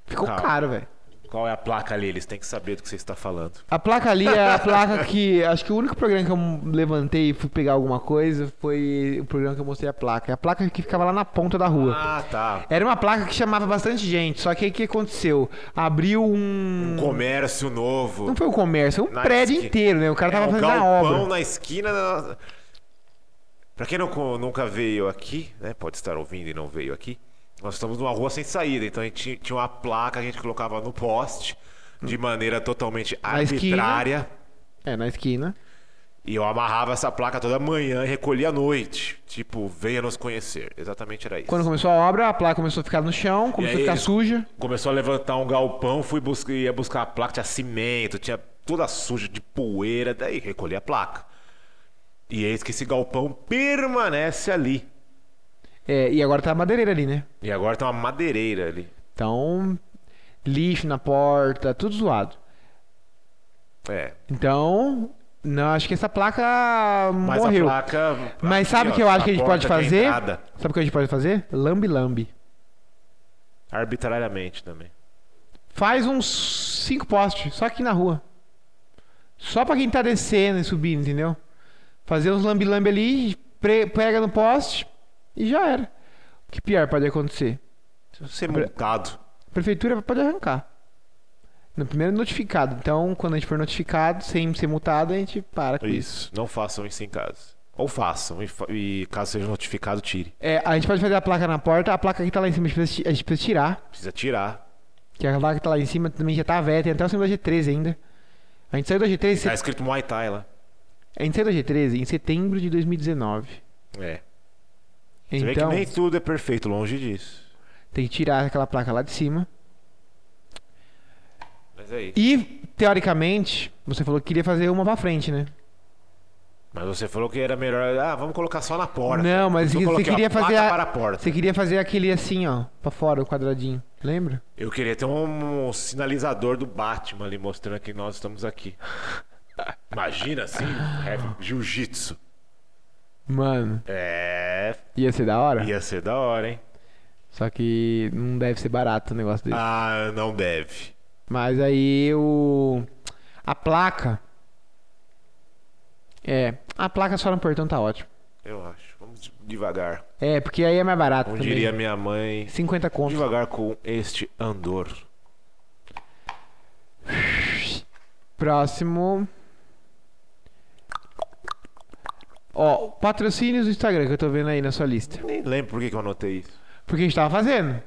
Speaker 1: Ficou
Speaker 2: Calma.
Speaker 1: caro, velho.
Speaker 2: Qual é a placa ali? Eles têm que saber do que você está falando.
Speaker 1: A placa ali é a placa que. Acho que o único programa que eu levantei e fui pegar alguma coisa foi o programa que eu mostrei a placa. É a placa que ficava lá na ponta da rua.
Speaker 2: Ah, tá.
Speaker 1: Era uma placa que chamava bastante gente, só que aí o que aconteceu? Abriu um.
Speaker 2: Comércio novo.
Speaker 1: Não foi um comércio, um
Speaker 2: Na
Speaker 1: prédio
Speaker 2: esquina.
Speaker 1: inteiro, né? O cara tava
Speaker 2: é um
Speaker 1: fazendo a
Speaker 2: galpão
Speaker 1: obra.
Speaker 2: na esquina da nossa... Pra quem não co- nunca veio aqui, né? Pode estar ouvindo e não veio aqui. Nós estamos numa rua sem saída, então a gente tinha uma placa que a gente colocava no poste de maneira totalmente
Speaker 1: Na esquina.
Speaker 2: arbitrária.
Speaker 1: É, na esquina.
Speaker 2: E eu amarrava essa placa toda manhã e recolhia à noite. Tipo, venha nos conhecer. Exatamente era isso.
Speaker 1: Quando começou a obra, a placa começou a ficar no chão, começou
Speaker 2: aí
Speaker 1: a ficar
Speaker 2: eles-
Speaker 1: suja.
Speaker 2: Começou a levantar um galpão, fui buscar, ia buscar a placa, tinha cimento, tinha toda suja de poeira, daí recolhi a placa. E eis que esse galpão permanece ali.
Speaker 1: É, e agora tá a madeireira ali, né?
Speaker 2: E agora tem uma madeireira ali.
Speaker 1: Então, lixo na porta, tudo zoado.
Speaker 2: É.
Speaker 1: Então, não, acho que essa placa
Speaker 2: Mas
Speaker 1: morreu.
Speaker 2: a placa.
Speaker 1: Mas
Speaker 2: aqui,
Speaker 1: sabe o
Speaker 2: ó,
Speaker 1: que eu acho que a gente
Speaker 2: porta, tá
Speaker 1: pode fazer?
Speaker 2: entrada,
Speaker 1: Sabe o que a gente pode fazer? Lambe-lambe.
Speaker 2: arbitrariamente também.
Speaker 1: Faz uns cinco postes, só aqui na rua. Só pra quem tá descendo e subindo, entendeu? Fazer uns lambe-lambe ali, pre- pega no poste e já era. O que pior pode acontecer?
Speaker 2: Se você é multado.
Speaker 1: A prefeitura pode arrancar. No primeiro é notificado. Então, quando a gente for notificado, sem ser multado, a gente para com isso.
Speaker 2: É Isso. Não façam isso em casa. Ou façam, e, fa- e caso seja notificado, tire.
Speaker 1: É, a gente pode fazer a placa na porta, a placa que tá lá em cima a gente precisa ti- a gente precisa tirar.
Speaker 2: Precisa tirar.
Speaker 1: Que a placa que tá lá em cima também já tá velha, tem até o símbolo da G13 ainda. A gente saiu da G13, em se-
Speaker 2: Tá escrito Muay Thai lá.
Speaker 1: a gente saiu da G13 em setembro de 2019.
Speaker 2: É. Você vê que
Speaker 1: Então,
Speaker 2: nem tudo é perfeito, longe disso.
Speaker 1: tem que tirar aquela placa lá de cima.
Speaker 2: Mas é isso.
Speaker 1: E, teoricamente, você falou que queria fazer uma pra frente, né?
Speaker 2: Mas você falou que era melhor. Ah, vamos colocar só na porta.
Speaker 1: Não, mas
Speaker 2: Eu
Speaker 1: você
Speaker 2: coloquei
Speaker 1: queria
Speaker 2: uma placa
Speaker 1: fazer a-
Speaker 2: para a porta.
Speaker 1: Você queria fazer aquele assim, ó, pra fora, o quadradinho. Lembra?
Speaker 2: Eu queria ter um, sinalizador do Batman ali mostrando que nós estamos aqui. <laughs> Imagina assim, é, jiu-jitsu.
Speaker 1: Mano,
Speaker 2: É,
Speaker 1: ia ser da hora.
Speaker 2: ia ser da hora, hein?
Speaker 1: Só que não deve ser barato o negócio desse.
Speaker 2: Ah, não deve.
Speaker 1: Mas aí o. A placa. É. A placa só no portão tá ótimo.
Speaker 2: Eu acho. Vamos de- devagar.
Speaker 1: É, porque aí é mais barato.
Speaker 2: Como
Speaker 1: também.
Speaker 2: diria minha mãe,
Speaker 1: 50 conto.
Speaker 2: devagar com este andor.
Speaker 1: Próximo. Ó, patrocínios do Instagram que eu tô vendo aí na sua lista.
Speaker 2: Nem lembro por que que eu anotei isso.
Speaker 1: Porque a gente tava fazendo.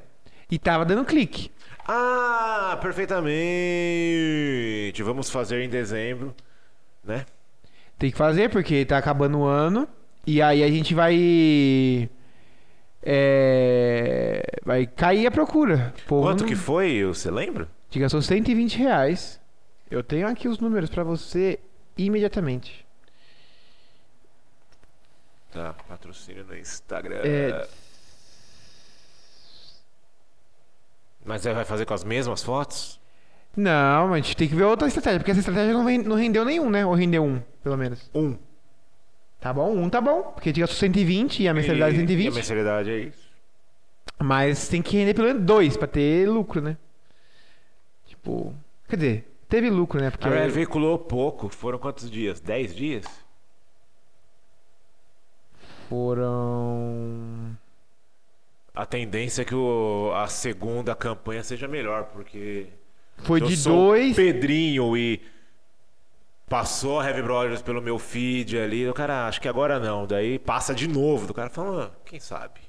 Speaker 1: E tava dando clique.
Speaker 2: Ah, perfeitamente. Vamos fazer em dezembro, né?
Speaker 1: Tem que fazer porque tá acabando o ano. E aí a gente vai. É. Vai cair a procura. Porra,
Speaker 2: Quanto
Speaker 1: não-
Speaker 2: que foi? Você lembra?
Speaker 1: Te gastou 120 reais. Eu tenho aqui os números pra você imediatamente.
Speaker 2: Tá, patrocínio no Instagram.
Speaker 1: É,
Speaker 2: Mas aí vai fazer com as mesmas fotos?
Speaker 1: Não, mas a gente tem que ver outra estratégia, porque essa estratégia não, ren- não rendeu nenhum, né? Ou rendeu um, pelo menos.
Speaker 2: Um.
Speaker 1: Tá bom, um tá bom, porque te gastou 120 e a mensalidade é
Speaker 2: E a
Speaker 1: 120.
Speaker 2: mensalidade é isso.
Speaker 1: Mas tem que render pelo menos dois pra ter lucro, né? Tipo. Quer dizer, teve lucro, né? Porque.
Speaker 2: Que veiculou pouco. Foram quantos dias? Dez dias?
Speaker 1: Foram.
Speaker 2: A tendência é que o- a segunda campanha seja melhor, porque.
Speaker 1: Foi
Speaker 2: eu
Speaker 1: de
Speaker 2: sou o
Speaker 1: dois.
Speaker 2: Pedrinho e. Passou a Heavy Brothers pelo meu feed ali. O cara, acho que agora não. Daí passa de novo. Do cara falando, ah, quem sabe?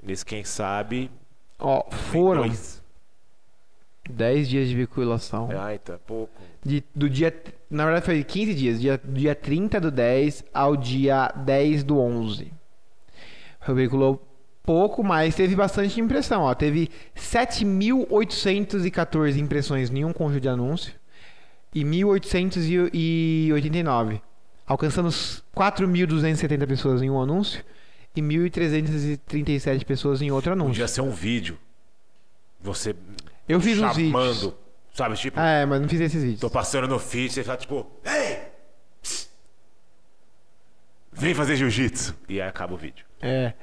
Speaker 2: Nesse quem sabe.
Speaker 1: Ó,
Speaker 2: tem
Speaker 1: foram
Speaker 2: dois.
Speaker 1: 10 dias de veiculação.
Speaker 2: Ah, então é pouco.
Speaker 1: De- do dia. Na verdade, foi 15 dias. Dia, do dia 30 do 10 ao dia 10 do 11. Foi veiculou pouco, mas teve bastante impressão. Ó. Teve 7.814 impressões em um conjunto de anúncio e 1.889. Alcançando os 4.270 pessoas em um anúncio e 1.337 pessoas em outro anúncio.
Speaker 2: Podia ser um vídeo. Você
Speaker 1: Eu fiz uns
Speaker 2: chamando.
Speaker 1: vídeos.
Speaker 2: Sabe, tipo,
Speaker 1: Ah, É, mas não fiz esses vídeos.
Speaker 2: tô passando no feed, você fala, tipo, ei! Psst! Vem fazer jiu-jitsu. E aí acaba o vídeo.
Speaker 1: É.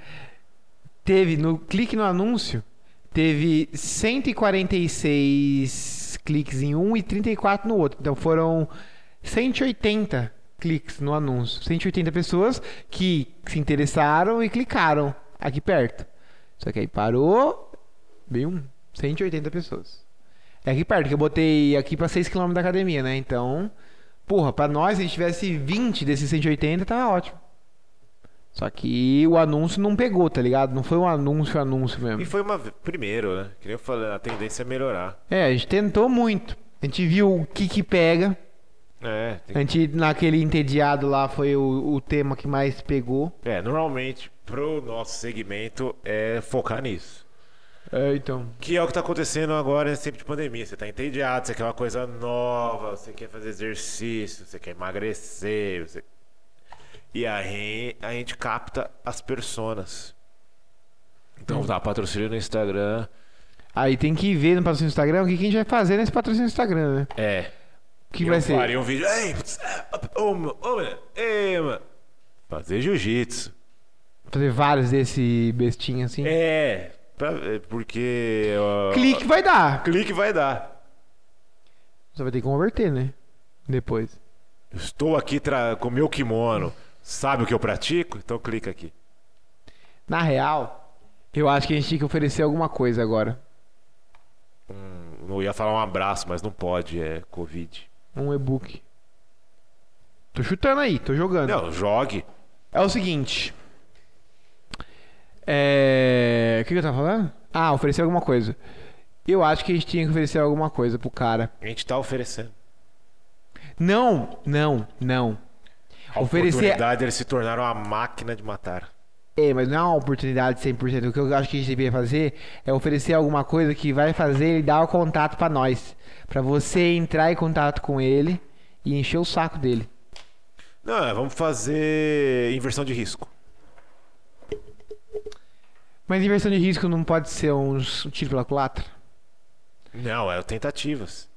Speaker 1: Teve, no clique no anúncio, teve 146 cliques em um e 34 no outro. Então foram 180 cliques no anúncio. 180 pessoas que se interessaram e clicaram aqui perto. Só que aí parou, bem um, 180 pessoas. É aqui perto, que eu botei aqui pra 6km da academia, né? Então, porra, pra nós, se a gente tivesse 20 desses 180, tava ótimo. Só que o anúncio não pegou, tá ligado? Não foi um anúncio, anúncio
Speaker 2: E
Speaker 1: mesmo.
Speaker 2: foi uma. Primeiro, né? Que nem eu falei, a tendência é melhorar.
Speaker 1: É, a gente tentou muito. A gente viu o que que pega.
Speaker 2: É, tem
Speaker 1: A gente, naquele entediado lá, foi o, o tema que mais pegou.
Speaker 2: É, normalmente pro nosso segmento é focar nisso.
Speaker 1: É, então.
Speaker 2: Que é o que tá acontecendo agora nesse tempo de pandemia. Você tá entediado, você quer uma coisa nova, você quer fazer exercício, você quer emagrecer. você- E aí a gente capta as personas. Então dá patrocínio no Instagram.
Speaker 1: Aí tem que ver no patrocínio do Instagram o que, que a gente vai fazer nesse patrocínio do Instagram, né?
Speaker 2: É.
Speaker 1: O que
Speaker 2: eu
Speaker 1: vai ser?
Speaker 2: faria um vídeo. Ei, pss, ô, meu, ô, meu, ei, mano. Fazer jiu-jitsu.
Speaker 1: Fazer vários desse bestinho assim.
Speaker 2: É. pra- é, porque. ó,
Speaker 1: Clique vai dar.
Speaker 2: Clique vai dar.
Speaker 1: Só vai ter que converter, né? Depois.
Speaker 2: Estou aqui tra- com meu kimono. Sabe o que eu pratico? Então clica aqui.
Speaker 1: Na real, eu acho que a gente tinha que oferecer alguma coisa agora.
Speaker 2: Hum, eu ia falar um abraço, mas não pode, é Covid.
Speaker 1: Um e-book. Tô chutando aí, tô jogando.
Speaker 2: Não, jogue.
Speaker 1: É o seguinte. É. O que, que eu tava falando? Ah, oferecer alguma coisa. Eu acho que a gente tinha que oferecer alguma coisa pro cara.
Speaker 2: A gente tá oferecendo.
Speaker 1: Não, não, não.
Speaker 2: A
Speaker 1: Oferecer-
Speaker 2: oportunidade eles se tornaram uma máquina de matar.
Speaker 1: É, mas não é uma oportunidade 100%. O que eu acho que a gente deveria fazer é oferecer alguma coisa que vai fazer ele dar o contato pra nós. Pra você entrar em contato com ele e encher o saco dele.
Speaker 2: Não, é, vamos fazer inversão de risco.
Speaker 1: Mas inversão de risco não pode ser uns- um tiro pela culatra?
Speaker 2: Não, é tentativas.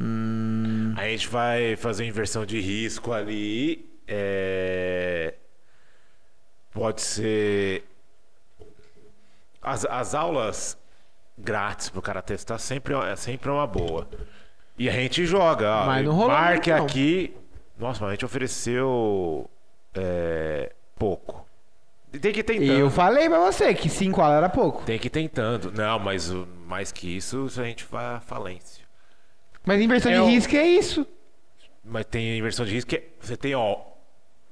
Speaker 1: Hum.
Speaker 2: A gente vai fazer inversão de risco ali. é, Pode ser. As, as aulas grátis pro cara testar sempre é sempre é uma boa. E a gente joga. ó,
Speaker 1: Mas não rolou
Speaker 2: marque
Speaker 1: muito, não.
Speaker 2: aqui. Nossa, mas a gente ofereceu é, pouco. Tem que ir tentando.
Speaker 1: Eu falei pra você que 5 aulas era pouco.
Speaker 2: Tem que ir tentando. Não, mas o- mais que isso, isso a gente vai à falência.
Speaker 1: Mas inversão
Speaker 2: É o-
Speaker 1: de risco é isso.
Speaker 2: Mas tem inversão de risco que é- você tem, ó,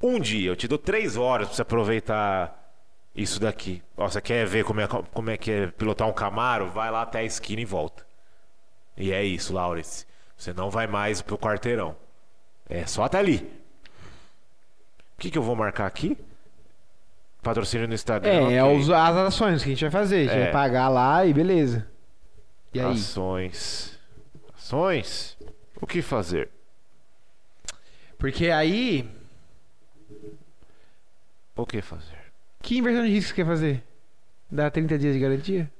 Speaker 2: um dia, eu te dou três horas pra você aproveitar isso daqui. Ó, você quer ver como é, como é que é pilotar um Camaro? Vai lá até a esquina e volta. E é isso, Laurence. Você não vai mais pro quarteirão. É só até ali. O que, que eu vou marcar aqui? Patrocínio no Instagram.
Speaker 1: É, é
Speaker 2: ok.
Speaker 1: os- as ações que a gente vai fazer. A gente
Speaker 2: É.
Speaker 1: vai pagar lá e beleza. E aí?
Speaker 2: Ações. Ações? O que fazer?
Speaker 1: Porque aí,
Speaker 2: O que fazer?
Speaker 1: que inversão de risco você quer fazer? Dá 30 dias de garantia?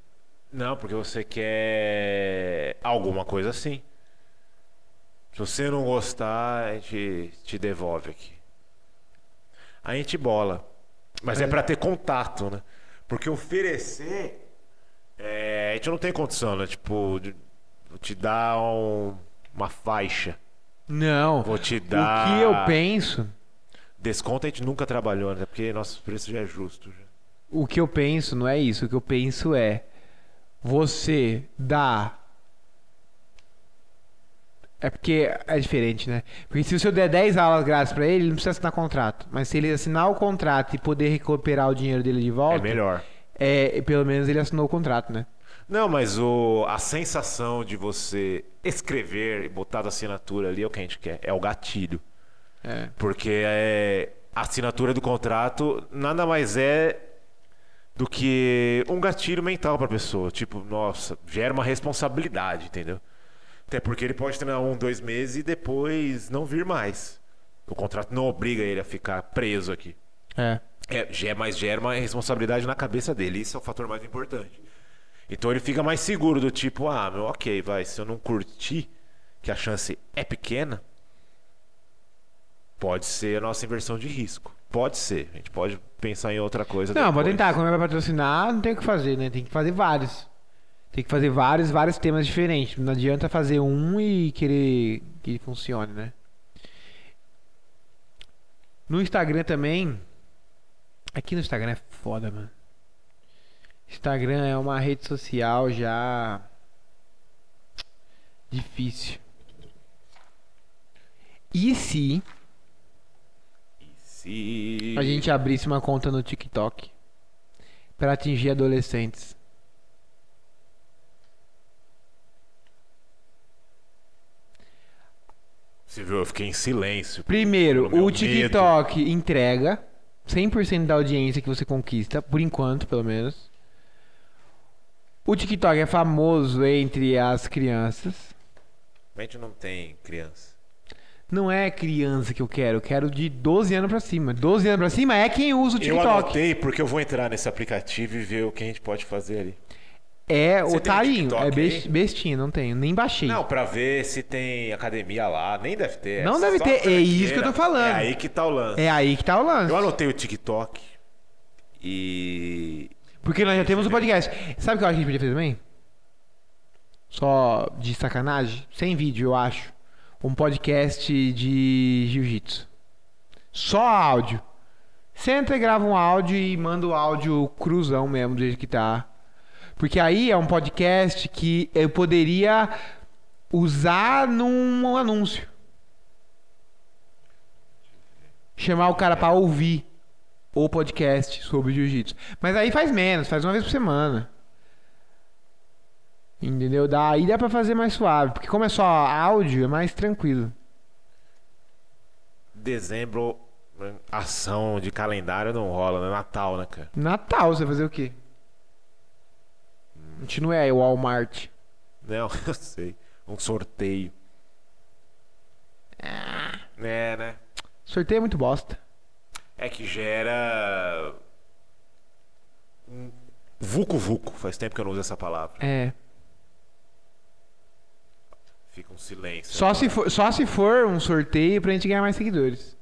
Speaker 2: Não, porque você quer alguma coisa assim. Se você não gostar, a gente te devolve aqui. A gente bola. Mas é, pra ter contato, né? Porque oferecer. é, a gente não tem condição, né? Tipo, de- vou te dar um- uma faixa.
Speaker 1: Não.
Speaker 2: Vou te
Speaker 1: O
Speaker 2: dar.
Speaker 1: que eu penso,
Speaker 2: Desconto a gente nunca trabalhou, né? Porque nosso preço já é justo. já.
Speaker 1: o que eu penso não é isso. O que eu penso é você dar É porque é diferente, né? Porque se o senhor der 10 aulas grátis pra ele, ele não precisa assinar contrato. Mas se ele assinar o contrato e poder recuperar o dinheiro dele de volta,
Speaker 2: É melhor.
Speaker 1: é, pelo menos ele assinou o contrato, né?
Speaker 2: Não, mas o, a sensação de você escrever e botar da assinatura ali é o que a gente quer. É o gatilho.
Speaker 1: É.
Speaker 2: Porque é, a assinatura do contrato nada mais é do que um gatilho mental para a pessoa. Tipo, nossa, gera uma responsabilidade, entendeu? Até porque ele pode treinar um, dois meses e depois não vir mais. O contrato não obriga ele a ficar preso aqui.
Speaker 1: É.
Speaker 2: É, ge- mas gera uma responsabilidade na cabeça dele. Isso é o fator mais importante. Então ele fica mais seguro do tipo, ah, meu, ok, vai, se eu não curtir, que a chance é pequena, pode ser a nossa inversão de risco. Pode ser. A gente pode pensar em outra coisa.
Speaker 1: Não, vou
Speaker 2: depois.
Speaker 1: tentar. Como é pra patrocinar, não tem o que fazer, né? Tem que fazer vários. Tem que fazer vários, vários temas diferentes. Não adianta fazer um e querer que ele funcione, né? No Instagram também. Aqui no Instagram é foda, mano. Instagram é uma rede social já. Difícil. E se
Speaker 2: E se-
Speaker 1: a gente abrisse uma conta no TikTok para atingir adolescentes?
Speaker 2: Você viu, eu fiquei em silêncio.
Speaker 1: Primeiro,
Speaker 2: Pelo meu
Speaker 1: o TikTok entrega 100% da audiência que você conquista, por enquanto, pelo menos. O TikTok é famoso entre as crianças.
Speaker 2: A gente não tem criança.
Speaker 1: Não é criança que eu quero, eu quero de 12 anos pra cima. 12 anos pra cima é quem usa o
Speaker 2: Eu
Speaker 1: TikTok.
Speaker 2: anotei porque eu vou entrar nesse aplicativo e ver o que a gente pode fazer ali.
Speaker 1: É
Speaker 2: Você tem um
Speaker 1: otarinho,
Speaker 2: TikTok
Speaker 1: é bes-
Speaker 2: aí?
Speaker 1: bestinha, não tenho, nem baixei.
Speaker 2: Não, pra ver se tem academia lá. Nem deve ter.
Speaker 1: Não
Speaker 2: É
Speaker 1: deve
Speaker 2: só
Speaker 1: ter, é
Speaker 2: tranqueira.
Speaker 1: isso que eu tô falando.
Speaker 2: É aí que tá o lance.
Speaker 1: É aí que tá o lance.
Speaker 2: Eu anotei o TikTok e.
Speaker 1: Porque nós já temos o podcast. Sabe o que eu acho que a gente podia fazer também? Só de sacanagem? Sem vídeo, eu acho. Um podcast de jiu-jitsu. Só áudio. Senta e grava um áudio e manda o áudio cruzão mesmo, do jeito que tá. Porque aí é um podcast que eu poderia usar num anúncio. Chamar o cara pra ouvir o podcast sobre jiu-jitsu. Mas aí faz menos, faz uma vez por semana. Entendeu? Dá, aí dá pra fazer mais suave. Porque como é só áudio, é mais tranquilo.
Speaker 2: Dezembro, né, ação de calendário não rola, né? Natal, né, cara?
Speaker 1: Natal, você vai fazer o quê? A gente não é o Walmart.
Speaker 2: Não, <laughs> eu sei. Um sorteio.
Speaker 1: Ah.
Speaker 2: É, né?
Speaker 1: Sorteio é muito bosta.
Speaker 2: É que gera. um Vucu-vucu. Faz tempo que eu não uso essa palavra.
Speaker 1: É.
Speaker 2: Fica um silêncio.
Speaker 1: Só se for, só se for um sorteio pra gente ganhar mais seguidores.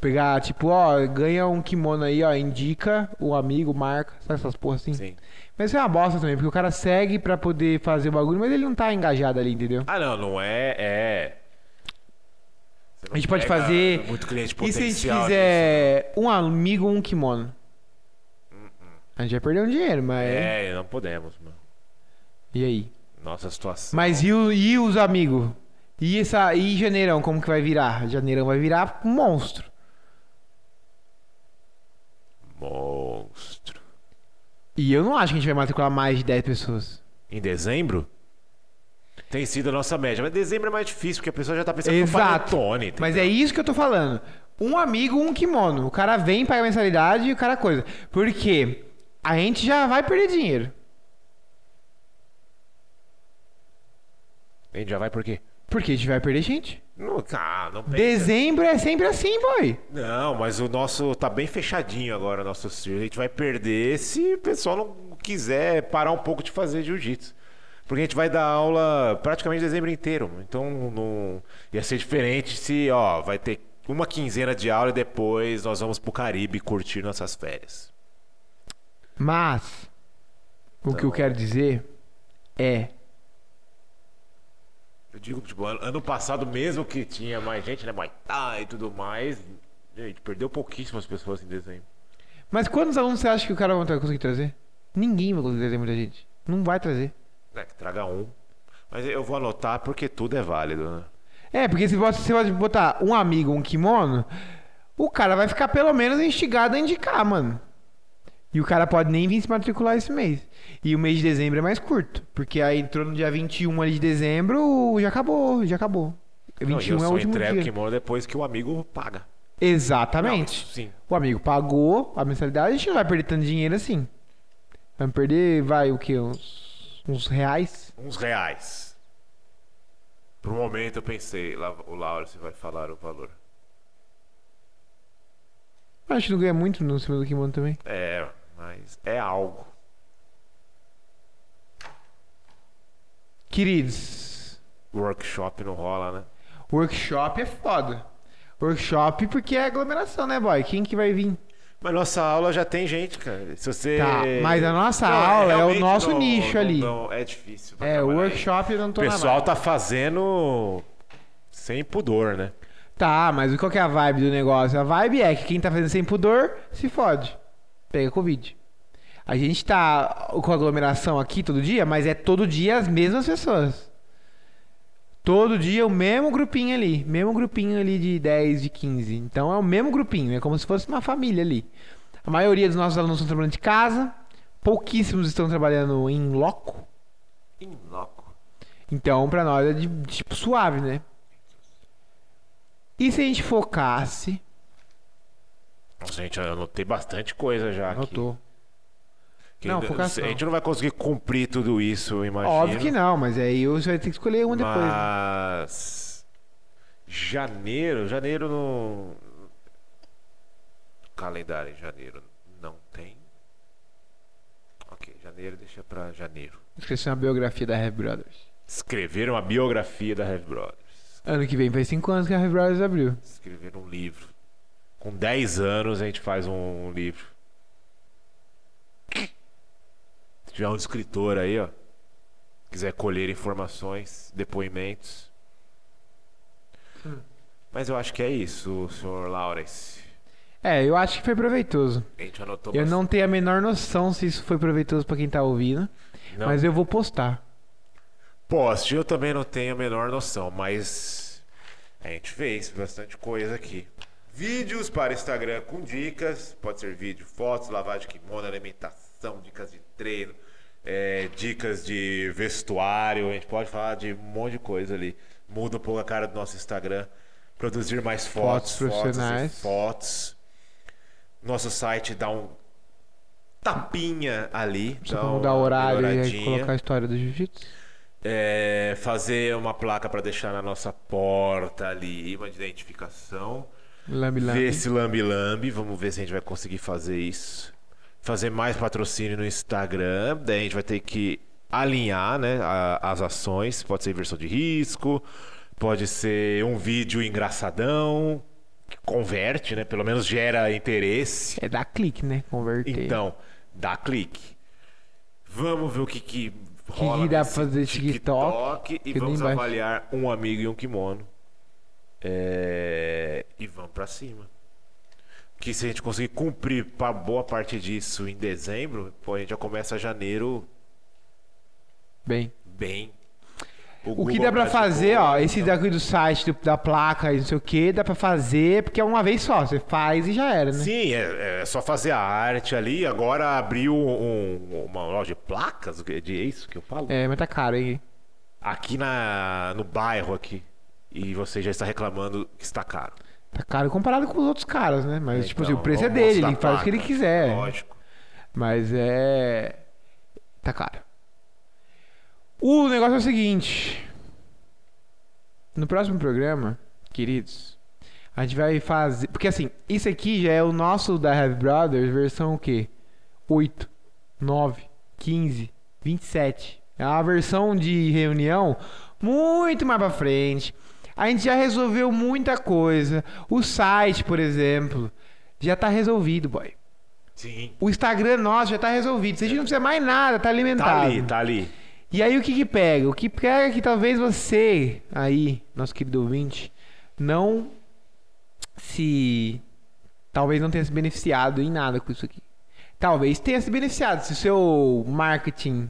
Speaker 1: Pegar, tipo, ó, ganha um kimono aí, ó, indica o amigo, marca, sabe essas porra assim?
Speaker 2: né? Sim.
Speaker 1: Mas isso é uma bosta também, porque o cara segue pra poder fazer o bagulho, mas ele não tá engajado ali, entendeu?
Speaker 2: Ah, não, não é. É. Você não
Speaker 1: A gente pode
Speaker 2: pega
Speaker 1: fazer-
Speaker 2: É, Muito cliente
Speaker 1: E se a
Speaker 2: potencial.
Speaker 1: gente
Speaker 2: disso. né?
Speaker 1: fizer um amigo, um kimono? A gente vai perder um dinheiro, mas.
Speaker 2: É, não podemos, mano.
Speaker 1: E aí?
Speaker 2: Nossa situação.
Speaker 1: Mas e, o- e os amigos? E, essa, e janeirão, como que vai virar? Janeirão vai virar um monstro.
Speaker 2: Monstro.
Speaker 1: E eu não acho que a gente vai matricular mais de 10 pessoas.
Speaker 2: Em dezembro? Tem sido a nossa média. Mas dezembro é mais difícil, porque a pessoa já tá pensando
Speaker 1: Exato.
Speaker 2: no panetone. entendeu?
Speaker 1: Mas é isso que eu tô falando. Um amigo, um kimono. O cara vem, paga mensalidade e o cara coisa. Porque a gente já vai perder dinheiro.
Speaker 2: A gente já vai por quê?
Speaker 1: Porque a gente vai perder gente.
Speaker 2: Não, ah, não pensa.
Speaker 1: Dezembro é sempre assim, boy.
Speaker 2: Não, mas o nosso tá bem fechadinho agora, o nosso circo. A gente vai perder se o pessoal não quiser parar um pouco de fazer jiu-jitsu. Porque a gente vai dar aula praticamente dezembro inteiro. Então não ia ser diferente se, ó, vai ter uma quinzena de aula e depois nós vamos pro Caribe curtir nossas férias.
Speaker 1: Mas o que eu quero dizer é
Speaker 2: Eu digo, tipo, ano ano passado mesmo que tinha mais gente, né, Muay Thai e tudo mais, a gente perdeu pouquíssimas pessoas em dezembro.
Speaker 1: Mas quantos alunos você acha que o cara vai conseguir trazer? Ninguém vai conseguir trazer muita gente. Não vai trazer.
Speaker 2: É, que traga um. Mas Mas eu vou anotar porque tudo é válido, né?
Speaker 1: É, porque se você, se você botar um amigo, um kimono, o cara vai ficar pelo menos instigado a indicar, mano. E o cara pode nem vir se matricular esse mês. E o mês de dezembro é mais curto. Porque aí entrou no dia 21 ali de dezembro, já acabou, já acabou.
Speaker 2: Não,
Speaker 1: 21
Speaker 2: e eu
Speaker 1: é o
Speaker 2: só
Speaker 1: último
Speaker 2: entrego
Speaker 1: dia.
Speaker 2: o kimono depois que o amigo paga.
Speaker 1: Exatamente.
Speaker 2: Não, sim.
Speaker 1: O amigo pagou a mensalidade, a gente não vai perder tanto dinheiro assim. Vamos perder, vai, o quê? Uns, uns reais?
Speaker 2: Uns reais. Por um momento eu pensei, lá- o Lauro vai falar o valor.
Speaker 1: Mas a gente não ganha muito no cima do kimono também.
Speaker 2: É, mas é algo.
Speaker 1: Queridos,
Speaker 2: Workshop não rola, né?
Speaker 1: workshop é foda. Workshop porque é aglomeração, né, boy? Quem que vai vir?
Speaker 2: Mas nossa aula já tem gente, cara. Se você.
Speaker 1: Tá, mas a nossa aula é o
Speaker 2: realmente
Speaker 1: nosso nicho ali.
Speaker 2: não- é difícil. pra
Speaker 1: É, o
Speaker 2: trabalhar aí.
Speaker 1: workshop eu não
Speaker 2: O
Speaker 1: tô na
Speaker 2: pessoal tá fazendo sem pudor, né?
Speaker 1: Tá, mas qual que é a vibe do negócio? A vibe é que quem tá fazendo sem pudor se fode. Pega Covid. A gente tá com aglomeração aqui todo dia, mas é todo dia as mesmas pessoas. Todo dia o mesmo grupinho ali. Mesmo grupinho ali de 10, de 15. Então é o mesmo grupinho. É como se fosse uma família ali. A maioria dos nossos alunos estão trabalhando de casa. Pouquíssimos estão trabalhando em loco.
Speaker 2: In loco.
Speaker 1: Então, pra nós é de, tipo suave, né? E se a gente focasse.
Speaker 2: Nossa, gente, eu anotei bastante coisa já aqui.
Speaker 1: Anotou.
Speaker 2: Que
Speaker 1: Não,
Speaker 2: ainda-
Speaker 1: focação.
Speaker 2: A gente não vai conseguir cumprir tudo isso, eu imagino.
Speaker 1: Óbvio que não, mas aí você vai ter que escolher uma depois. né?
Speaker 2: Mas. Janeiro, janeiro no. Calendário em janeiro não tem. Ok, janeiro deixa pra janeiro.
Speaker 1: Esqueci uma biografia da Heavy Brothers.
Speaker 2: Escreveram a biografia da Heavy Brothers.
Speaker 1: Ano que vem faz 5 anos que a Heavy Brothers abriu.
Speaker 2: Escreveram um livro. Com 10 anos a gente faz um livro. Se tiver um escritor aí, ó. Quiser colher informações, depoimentos.
Speaker 1: Hum.
Speaker 2: Mas eu acho que é isso, senhor Lawrence.
Speaker 1: É, eu acho que foi proveitoso.
Speaker 2: A gente anotou
Speaker 1: Eu
Speaker 2: bastante.
Speaker 1: não tenho a menor noção se isso foi proveitoso pra quem tá ouvindo,
Speaker 2: Não.
Speaker 1: mas eu vou postar.
Speaker 2: Poste, eu também não tenho a menor noção, mas a gente fez bastante coisa aqui. Vídeos para Instagram com dicas, pode ser vídeo, fotos, lavagem de kimono, alimentação, dicas de treino, é, dicas de vestuário, a gente pode falar de um monte de coisa ali. Muda um pouco a cara do nosso Instagram, produzir mais
Speaker 1: Fotos
Speaker 2: fotos,
Speaker 1: profissionais.
Speaker 2: fotos, e fotos. Nosso site dá um tapinha ali,
Speaker 1: Só
Speaker 2: dá
Speaker 1: pra
Speaker 2: uma
Speaker 1: mudar o horário e aí
Speaker 2: melhoradinha.
Speaker 1: colocar a história do jiu-jitsu.
Speaker 2: É, fazer uma placa pra deixar na nossa porta ali, uma de identificação.
Speaker 1: Lambi lambi.
Speaker 2: Ver esse lambi-lambi, vamos ver se a gente vai conseguir fazer isso. Fazer mais patrocínio no Instagram, daí a gente vai ter que alinhar né, a- as ações. Pode ser versão de risco, pode ser um vídeo engraçadão, que converte, né? Pelo menos gera interesse.
Speaker 1: É dar clique, né? Converter.
Speaker 2: Então, dá clique. Vamos ver o que, que
Speaker 1: que
Speaker 2: rola.
Speaker 1: dá pra
Speaker 2: nesse
Speaker 1: fazer TikTok,
Speaker 2: TikTok, e
Speaker 1: que
Speaker 2: vamos
Speaker 1: nem vai-
Speaker 2: avaliar um amigo e um kimono. É, E vamos pra cima. Que se a gente conseguir cumprir pra boa parte disso em dezembro, pô, a gente já começa janeiro
Speaker 1: Bem.
Speaker 2: bem.
Speaker 1: O que
Speaker 2: Google
Speaker 1: dá pra
Speaker 2: Brasil
Speaker 1: fazer, ó,
Speaker 2: Google,
Speaker 1: esse
Speaker 2: então,
Speaker 1: daqui do site, do- da placa e não sei o que, dá pra fazer, porque é uma vez só, você faz e já era, né?
Speaker 2: Sim, é, é só fazer a arte ali. Agora abriu um- uma loja de placas, é de- é isso que eu falo?
Speaker 1: É, mas tá caro, hein?
Speaker 2: aqui na, no bairro aqui e você já está reclamando que está caro.
Speaker 1: Tá caro comparado com os outros caras, né? Mas, tipo assim,
Speaker 2: Então,
Speaker 1: o preço é
Speaker 2: o almoço
Speaker 1: dele,
Speaker 2: da
Speaker 1: ele faz o que ele
Speaker 2: placa,
Speaker 1: quiser.
Speaker 2: Lógico.
Speaker 1: Mas é. Tá caro. O negócio é o seguinte. No próximo programa, queridos, a gente vai fazer. Porque assim, isso aqui já é o nosso da Heavy Brothers, versão o quê? 8, 9, 15, 27. É uma versão de reunião muito mais pra frente. A gente já resolveu muita coisa. O site, por exemplo, já tá resolvido, boy.
Speaker 2: Sim.
Speaker 1: O Instagram nosso já tá resolvido. Vocês não precisam mais nada, tá alimentado.
Speaker 2: Tá ali, tá ali.
Speaker 1: E aí o que que pega? O que pega é que talvez você, aí, nosso querido ouvinte, não se. Talvez não tenha se beneficiado em nada com isso aqui. Talvez tenha se beneficiado se o seu marketing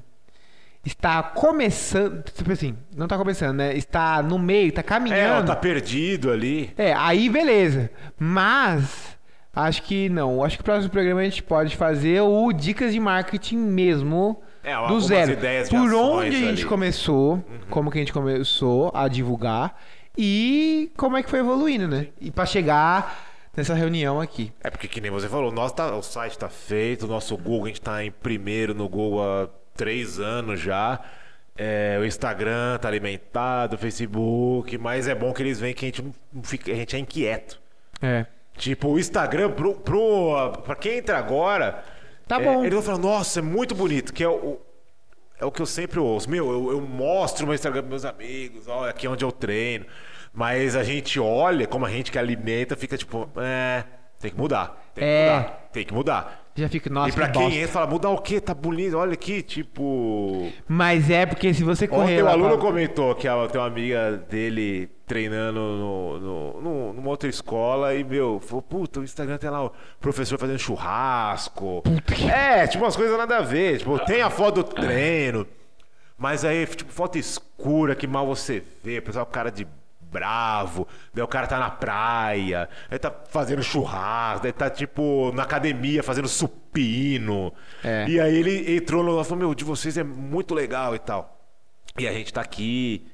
Speaker 1: está começando. Tipo assim, não tá começando, né? Está no meio, tá
Speaker 2: É, ó,
Speaker 1: caminhando.
Speaker 2: tá perdido ali.
Speaker 1: É, aí beleza. Mas acho que não. Acho que o próximo programa a gente pode fazer o dicas de marketing mesmo.
Speaker 2: É,
Speaker 1: do
Speaker 2: algumas
Speaker 1: zero.
Speaker 2: ideias de
Speaker 1: Por
Speaker 2: ações
Speaker 1: onde a gente
Speaker 2: ali. Uhum.
Speaker 1: começou, como que a gente começou a divulgar e como é que foi evoluindo, né? E pra chegar nessa reunião aqui.
Speaker 2: É porque, que nem você falou, o nosso tá- o site tá feito, o nosso Google, a gente tá em primeiro no Google há três anos já. É, o Instagram tá alimentado, o Facebook, mas é bom que eles veem que a gente, não fica- a gente é inquieto.
Speaker 1: É.
Speaker 2: Tipo, o Instagram, pro, pro, pra quem entra agora.
Speaker 1: Tá
Speaker 2: é,
Speaker 1: bom.
Speaker 2: Ele vai falar, nossa, é muito bonito, que é o. É o que eu sempre ouço. Meu, eu, eu mostro o meu Instagram pros meus amigos, olha, aqui é onde eu treino. Mas a gente olha, como a gente que alimenta, fica tipo, é. Tem que mudar. Tem que
Speaker 1: É.
Speaker 2: mudar. Tem que mudar.
Speaker 1: Já fica, nossa,
Speaker 2: e pra
Speaker 1: que
Speaker 2: quem
Speaker 1: bosta.
Speaker 2: entra, fala, mudar o quê? Tá bonito, olha aqui, tipo.
Speaker 1: Mas é porque se você
Speaker 2: Ontem
Speaker 1: correr
Speaker 2: o
Speaker 1: lá
Speaker 2: aluno
Speaker 1: pra-
Speaker 2: comentou que a, tem uma amiga dele treinando no, no- no- numa outra escola e, meu, falou, puta, o Instagram tem lá o professor fazendo churrasco. É, tipo, umas coisas nada a ver. Tipo, tem a foto do treino, mas aí, tipo, foto escura que mal você vê, o pessoal com cara de bravo, daí o cara tá na praia, aí tá fazendo churrasco, daí tá, tipo, na academia fazendo supino.
Speaker 1: É.
Speaker 2: E aí ele entrou no... falou, meu, o de vocês é muito legal e tal. E a gente tá aqui.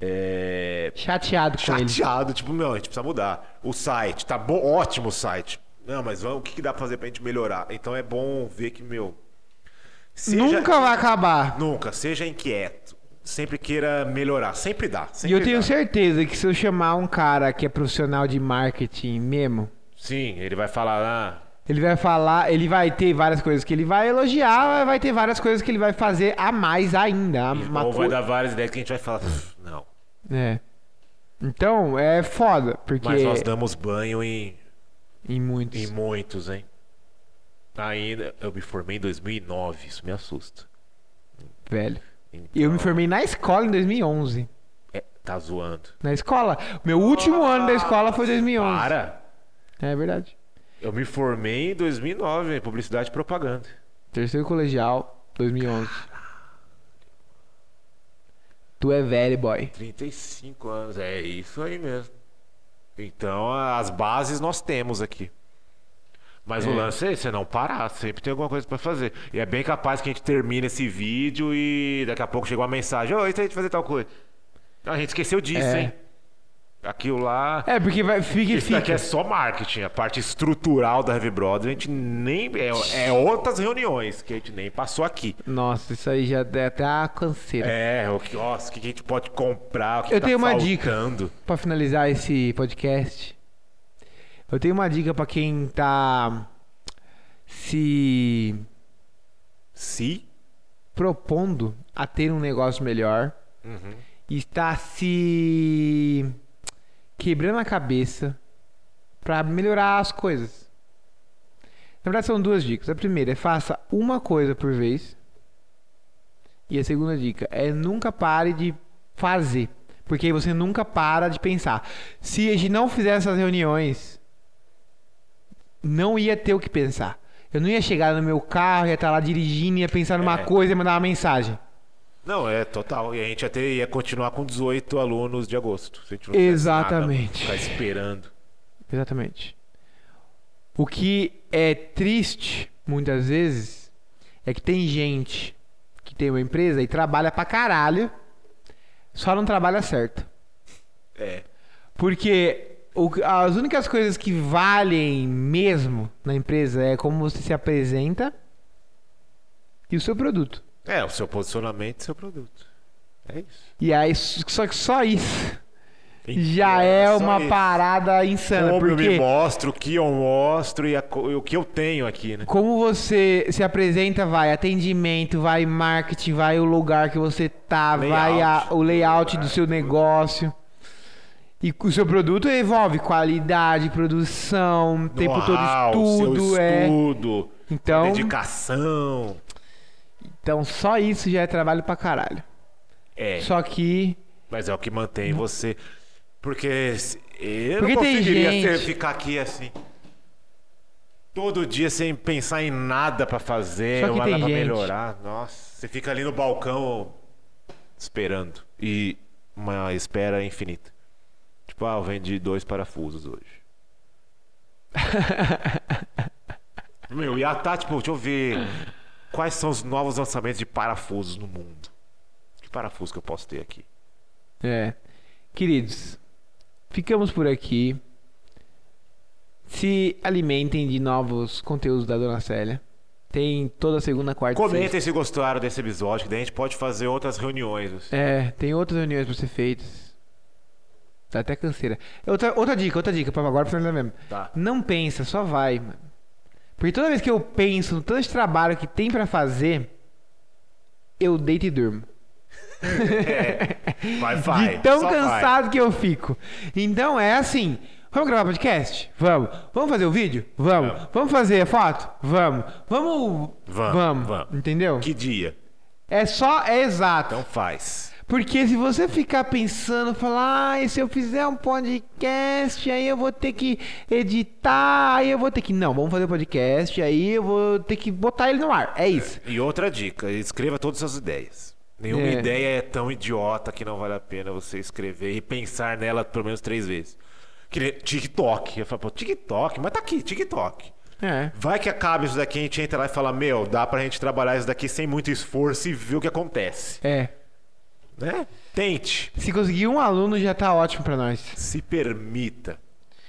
Speaker 2: É,
Speaker 1: Chateado com ele.
Speaker 2: chateado, tipo, meu, a gente precisa mudar. O site, tá bom, ótimo o site. Não, mas vamos, o que, que dá pra fazer pra gente melhorar? Então é bom ver que, meu. seja-
Speaker 1: Nunca vai acabar.
Speaker 2: Nunca, seja inquieto. Sempre queira melhorar. Sempre dá.
Speaker 1: E
Speaker 2: sempre
Speaker 1: eu tenho
Speaker 2: dá.
Speaker 1: certeza que se eu chamar um cara que é profissional de marketing mesmo,
Speaker 2: Sim, ele vai falar. Ah,
Speaker 1: ele vai falar, ele vai ter várias coisas que ele vai elogiar, mas vai ter várias coisas que ele vai fazer a mais ainda. Uma
Speaker 2: ou Então vai
Speaker 1: coi-
Speaker 2: dar várias ideias que a gente vai falar. "Pff, Não.
Speaker 1: É. Então, é foda, porque
Speaker 2: Mas nós damos banho em,
Speaker 1: em muitos.
Speaker 2: em muitos, hein? Tá Ainda. Eu me formei em 2009, isso me assusta.
Speaker 1: Velho.
Speaker 2: Então,
Speaker 1: Eu me formei na escola em 2011.
Speaker 2: é, tá zoando.
Speaker 1: Na escola. Meu último ano da escola foi 2011.
Speaker 2: Para!
Speaker 1: É verdade.
Speaker 2: Eu me formei em 2009 em publicidade e propaganda.
Speaker 1: Terceiro colegial, 2011. Tu é velho, boy.
Speaker 2: 35 anos, é isso aí mesmo. Então as bases nós temos aqui. Mas
Speaker 1: É.
Speaker 2: o lance é você não parar, sempre tem alguma coisa pra fazer. E é bem capaz que a gente termine esse vídeo e daqui a pouco chega uma mensagem: Ô, isso aí de fazer tal coisa. A gente esqueceu disso,
Speaker 1: É.
Speaker 2: hein? Aquilo lá.
Speaker 1: É, porque vai, fica e
Speaker 2: Isso daqui
Speaker 1: fica.
Speaker 2: é só marketing. A parte estrutural da Heavy Brothers, a gente nem. É, é outras reuniões que a gente nem passou aqui.
Speaker 1: Nossa, isso aí já deu até a canseira.
Speaker 2: É, o que, nossa, o que a gente pode comprar, o que
Speaker 1: Eu
Speaker 2: tá
Speaker 1: tenho uma
Speaker 2: faltando.
Speaker 1: Pra finalizar esse podcast, eu tenho uma dica pra quem tá se
Speaker 2: Se
Speaker 1: propondo a ter um negócio melhor e está se quebrando a cabeça pra melhorar as coisas. Na verdade, são duas dicas. A primeira é faça uma coisa por vez. E a segunda dica é nunca pare de fazer. Porque aí você nunca para de pensar. Se a gente não fizesse essas reuniões, não ia ter o que pensar. Eu não ia chegar no meu carro, ia estar lá dirigindo, ia pensar numa
Speaker 2: É.
Speaker 1: coisa e mandar uma mensagem.
Speaker 2: Não, é total. E a gente até ia continuar com 18 alunos de agosto. Se a gente não fizesse
Speaker 1: Exatamente.
Speaker 2: Nada, ficar esperando.
Speaker 1: Exatamente. O que é triste, muitas vezes, é que tem gente que tem uma empresa e trabalha pra caralho, só não trabalha certo.
Speaker 2: É.
Speaker 1: Porque o- as únicas coisas que valem mesmo na empresa é como você se apresenta e o seu produto.
Speaker 2: É, o seu posicionamento e seu produto. É isso.
Speaker 1: E aí, só que só isso já
Speaker 2: Então,
Speaker 1: é,
Speaker 2: só
Speaker 1: uma
Speaker 2: isso.
Speaker 1: parada insana.
Speaker 2: Como eu
Speaker 1: porque
Speaker 2: me mostro, o que eu mostro e, a co- e o que eu tenho aqui, né?
Speaker 1: Como você se apresenta, vai atendimento, vai marketing, vai o lugar que você tá, vai a- o layout do seu negócio. E o seu produto envolve qualidade, produção, tempo
Speaker 2: Know-how,
Speaker 1: todo estudo,
Speaker 2: seu
Speaker 1: é.
Speaker 2: estudo,
Speaker 1: Então,
Speaker 2: dedicação.
Speaker 1: então só isso já é trabalho pra caralho.
Speaker 2: É,
Speaker 1: Só que
Speaker 2: mas é o que mantém você. Porque se- eu
Speaker 1: Hum. Porque
Speaker 2: não
Speaker 1: tem
Speaker 2: conseguiria
Speaker 1: gente-
Speaker 2: ser- ficar aqui assim. Todo dia sem pensar em nada pra fazer,
Speaker 1: Só que
Speaker 2: nada
Speaker 1: tem
Speaker 2: pra
Speaker 1: gente.
Speaker 2: melhorar. Nossa, você fica ali no balcão esperando. E uma espera infinita. Tipo, ah, eu vendi dois
Speaker 1: <laughs>
Speaker 2: parafusos hoje. Meu, e a Tati, tipo, deixa eu ver quais são os novos lançamentos de parafusos no mundo. Que parafuso que eu posso ter aqui?
Speaker 1: É. Queridos, ficamos por aqui. Se alimentem de novos conteúdos da Dona Célia. Tem toda segunda, quarta e sexta.
Speaker 2: Comentem se gostaram desse episódio, que daí a gente pode fazer outras reuniões.
Speaker 1: É, tem outras reuniões pra ser feitas. Dá até canseira. É Outra, outra dica, outra dica, pra- agora pra finalizar mesmo.
Speaker 2: Tá.
Speaker 1: Não pensa, só vai, mano. Porque toda vez que eu penso no tanto de trabalho que tem pra fazer, eu deito e durmo.
Speaker 2: Vai,
Speaker 1: <laughs>
Speaker 2: vai.
Speaker 1: de tão
Speaker 2: só vai.
Speaker 1: cansado que eu fico. Então é assim. Vamos gravar podcast? Vamos. Vamos fazer o vídeo? Vamos.
Speaker 2: Vamos.
Speaker 1: Vamos fazer foto? Vamos. Vamos.
Speaker 2: Vamos, vamos.
Speaker 1: Entendeu?
Speaker 2: Que dia?
Speaker 1: É só, é exato.
Speaker 2: Então faz.
Speaker 1: Porque se você ficar pensando, falar, ai, se eu fizer um podcast, aí eu vou ter que editar, aí eu vou ter que. Não, vamos fazer o podcast, aí eu vou ter que botar ele no ar. É isso.
Speaker 2: E outra dica, escreva todas as suas ideias. Nenhuma
Speaker 1: É.
Speaker 2: ideia é tão idiota que não vale a pena você escrever e pensar nela pelo menos três vezes. Que nem TikTok. Eu falo, pô, TikTok, mas tá aqui, TikTok.
Speaker 1: É.
Speaker 2: Vai que acaba isso daqui, a gente entra lá e fala, meu, dá pra gente trabalhar isso daqui sem muito esforço e ver o que acontece.
Speaker 1: É.
Speaker 2: Né? Tente,
Speaker 1: Se conseguir um aluno já tá ótimo pra nós.
Speaker 2: se permita.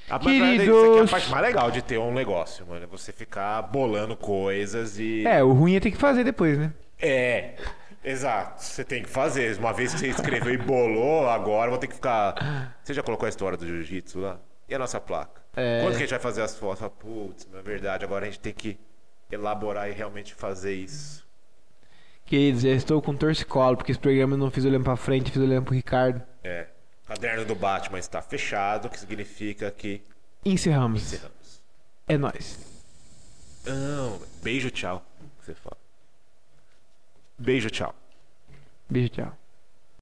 Speaker 2: A isso aqui é a
Speaker 1: Queridos.
Speaker 2: parte mais legal de ter um negócio, mano. É você ficar bolando coisas e.
Speaker 1: É, o ruim é ter que fazer depois, né?
Speaker 2: É, exato. Você tem que fazer. Uma vez que você escreveu e bolou, agora vou ter que ficar. Você já colocou a história do jiu-jitsu lá? E a nossa placa?
Speaker 1: É.
Speaker 2: Quando que a gente vai fazer as fotos? Fala, Putz, na verdade, agora a gente tem que elaborar e realmente fazer isso.
Speaker 1: Queridos, já estou com torcicolo, porque esse programa eu não fiz olhando pra frente, fiz olhando pro Ricardo.
Speaker 2: É. O caderno do Batman está fechado, o que significa que
Speaker 1: Encerramos.
Speaker 2: encerramos.
Speaker 1: É nóis.
Speaker 2: Não, beijo, tchau. que Você fala. Beijo, tchau.
Speaker 1: Beijo, tchau.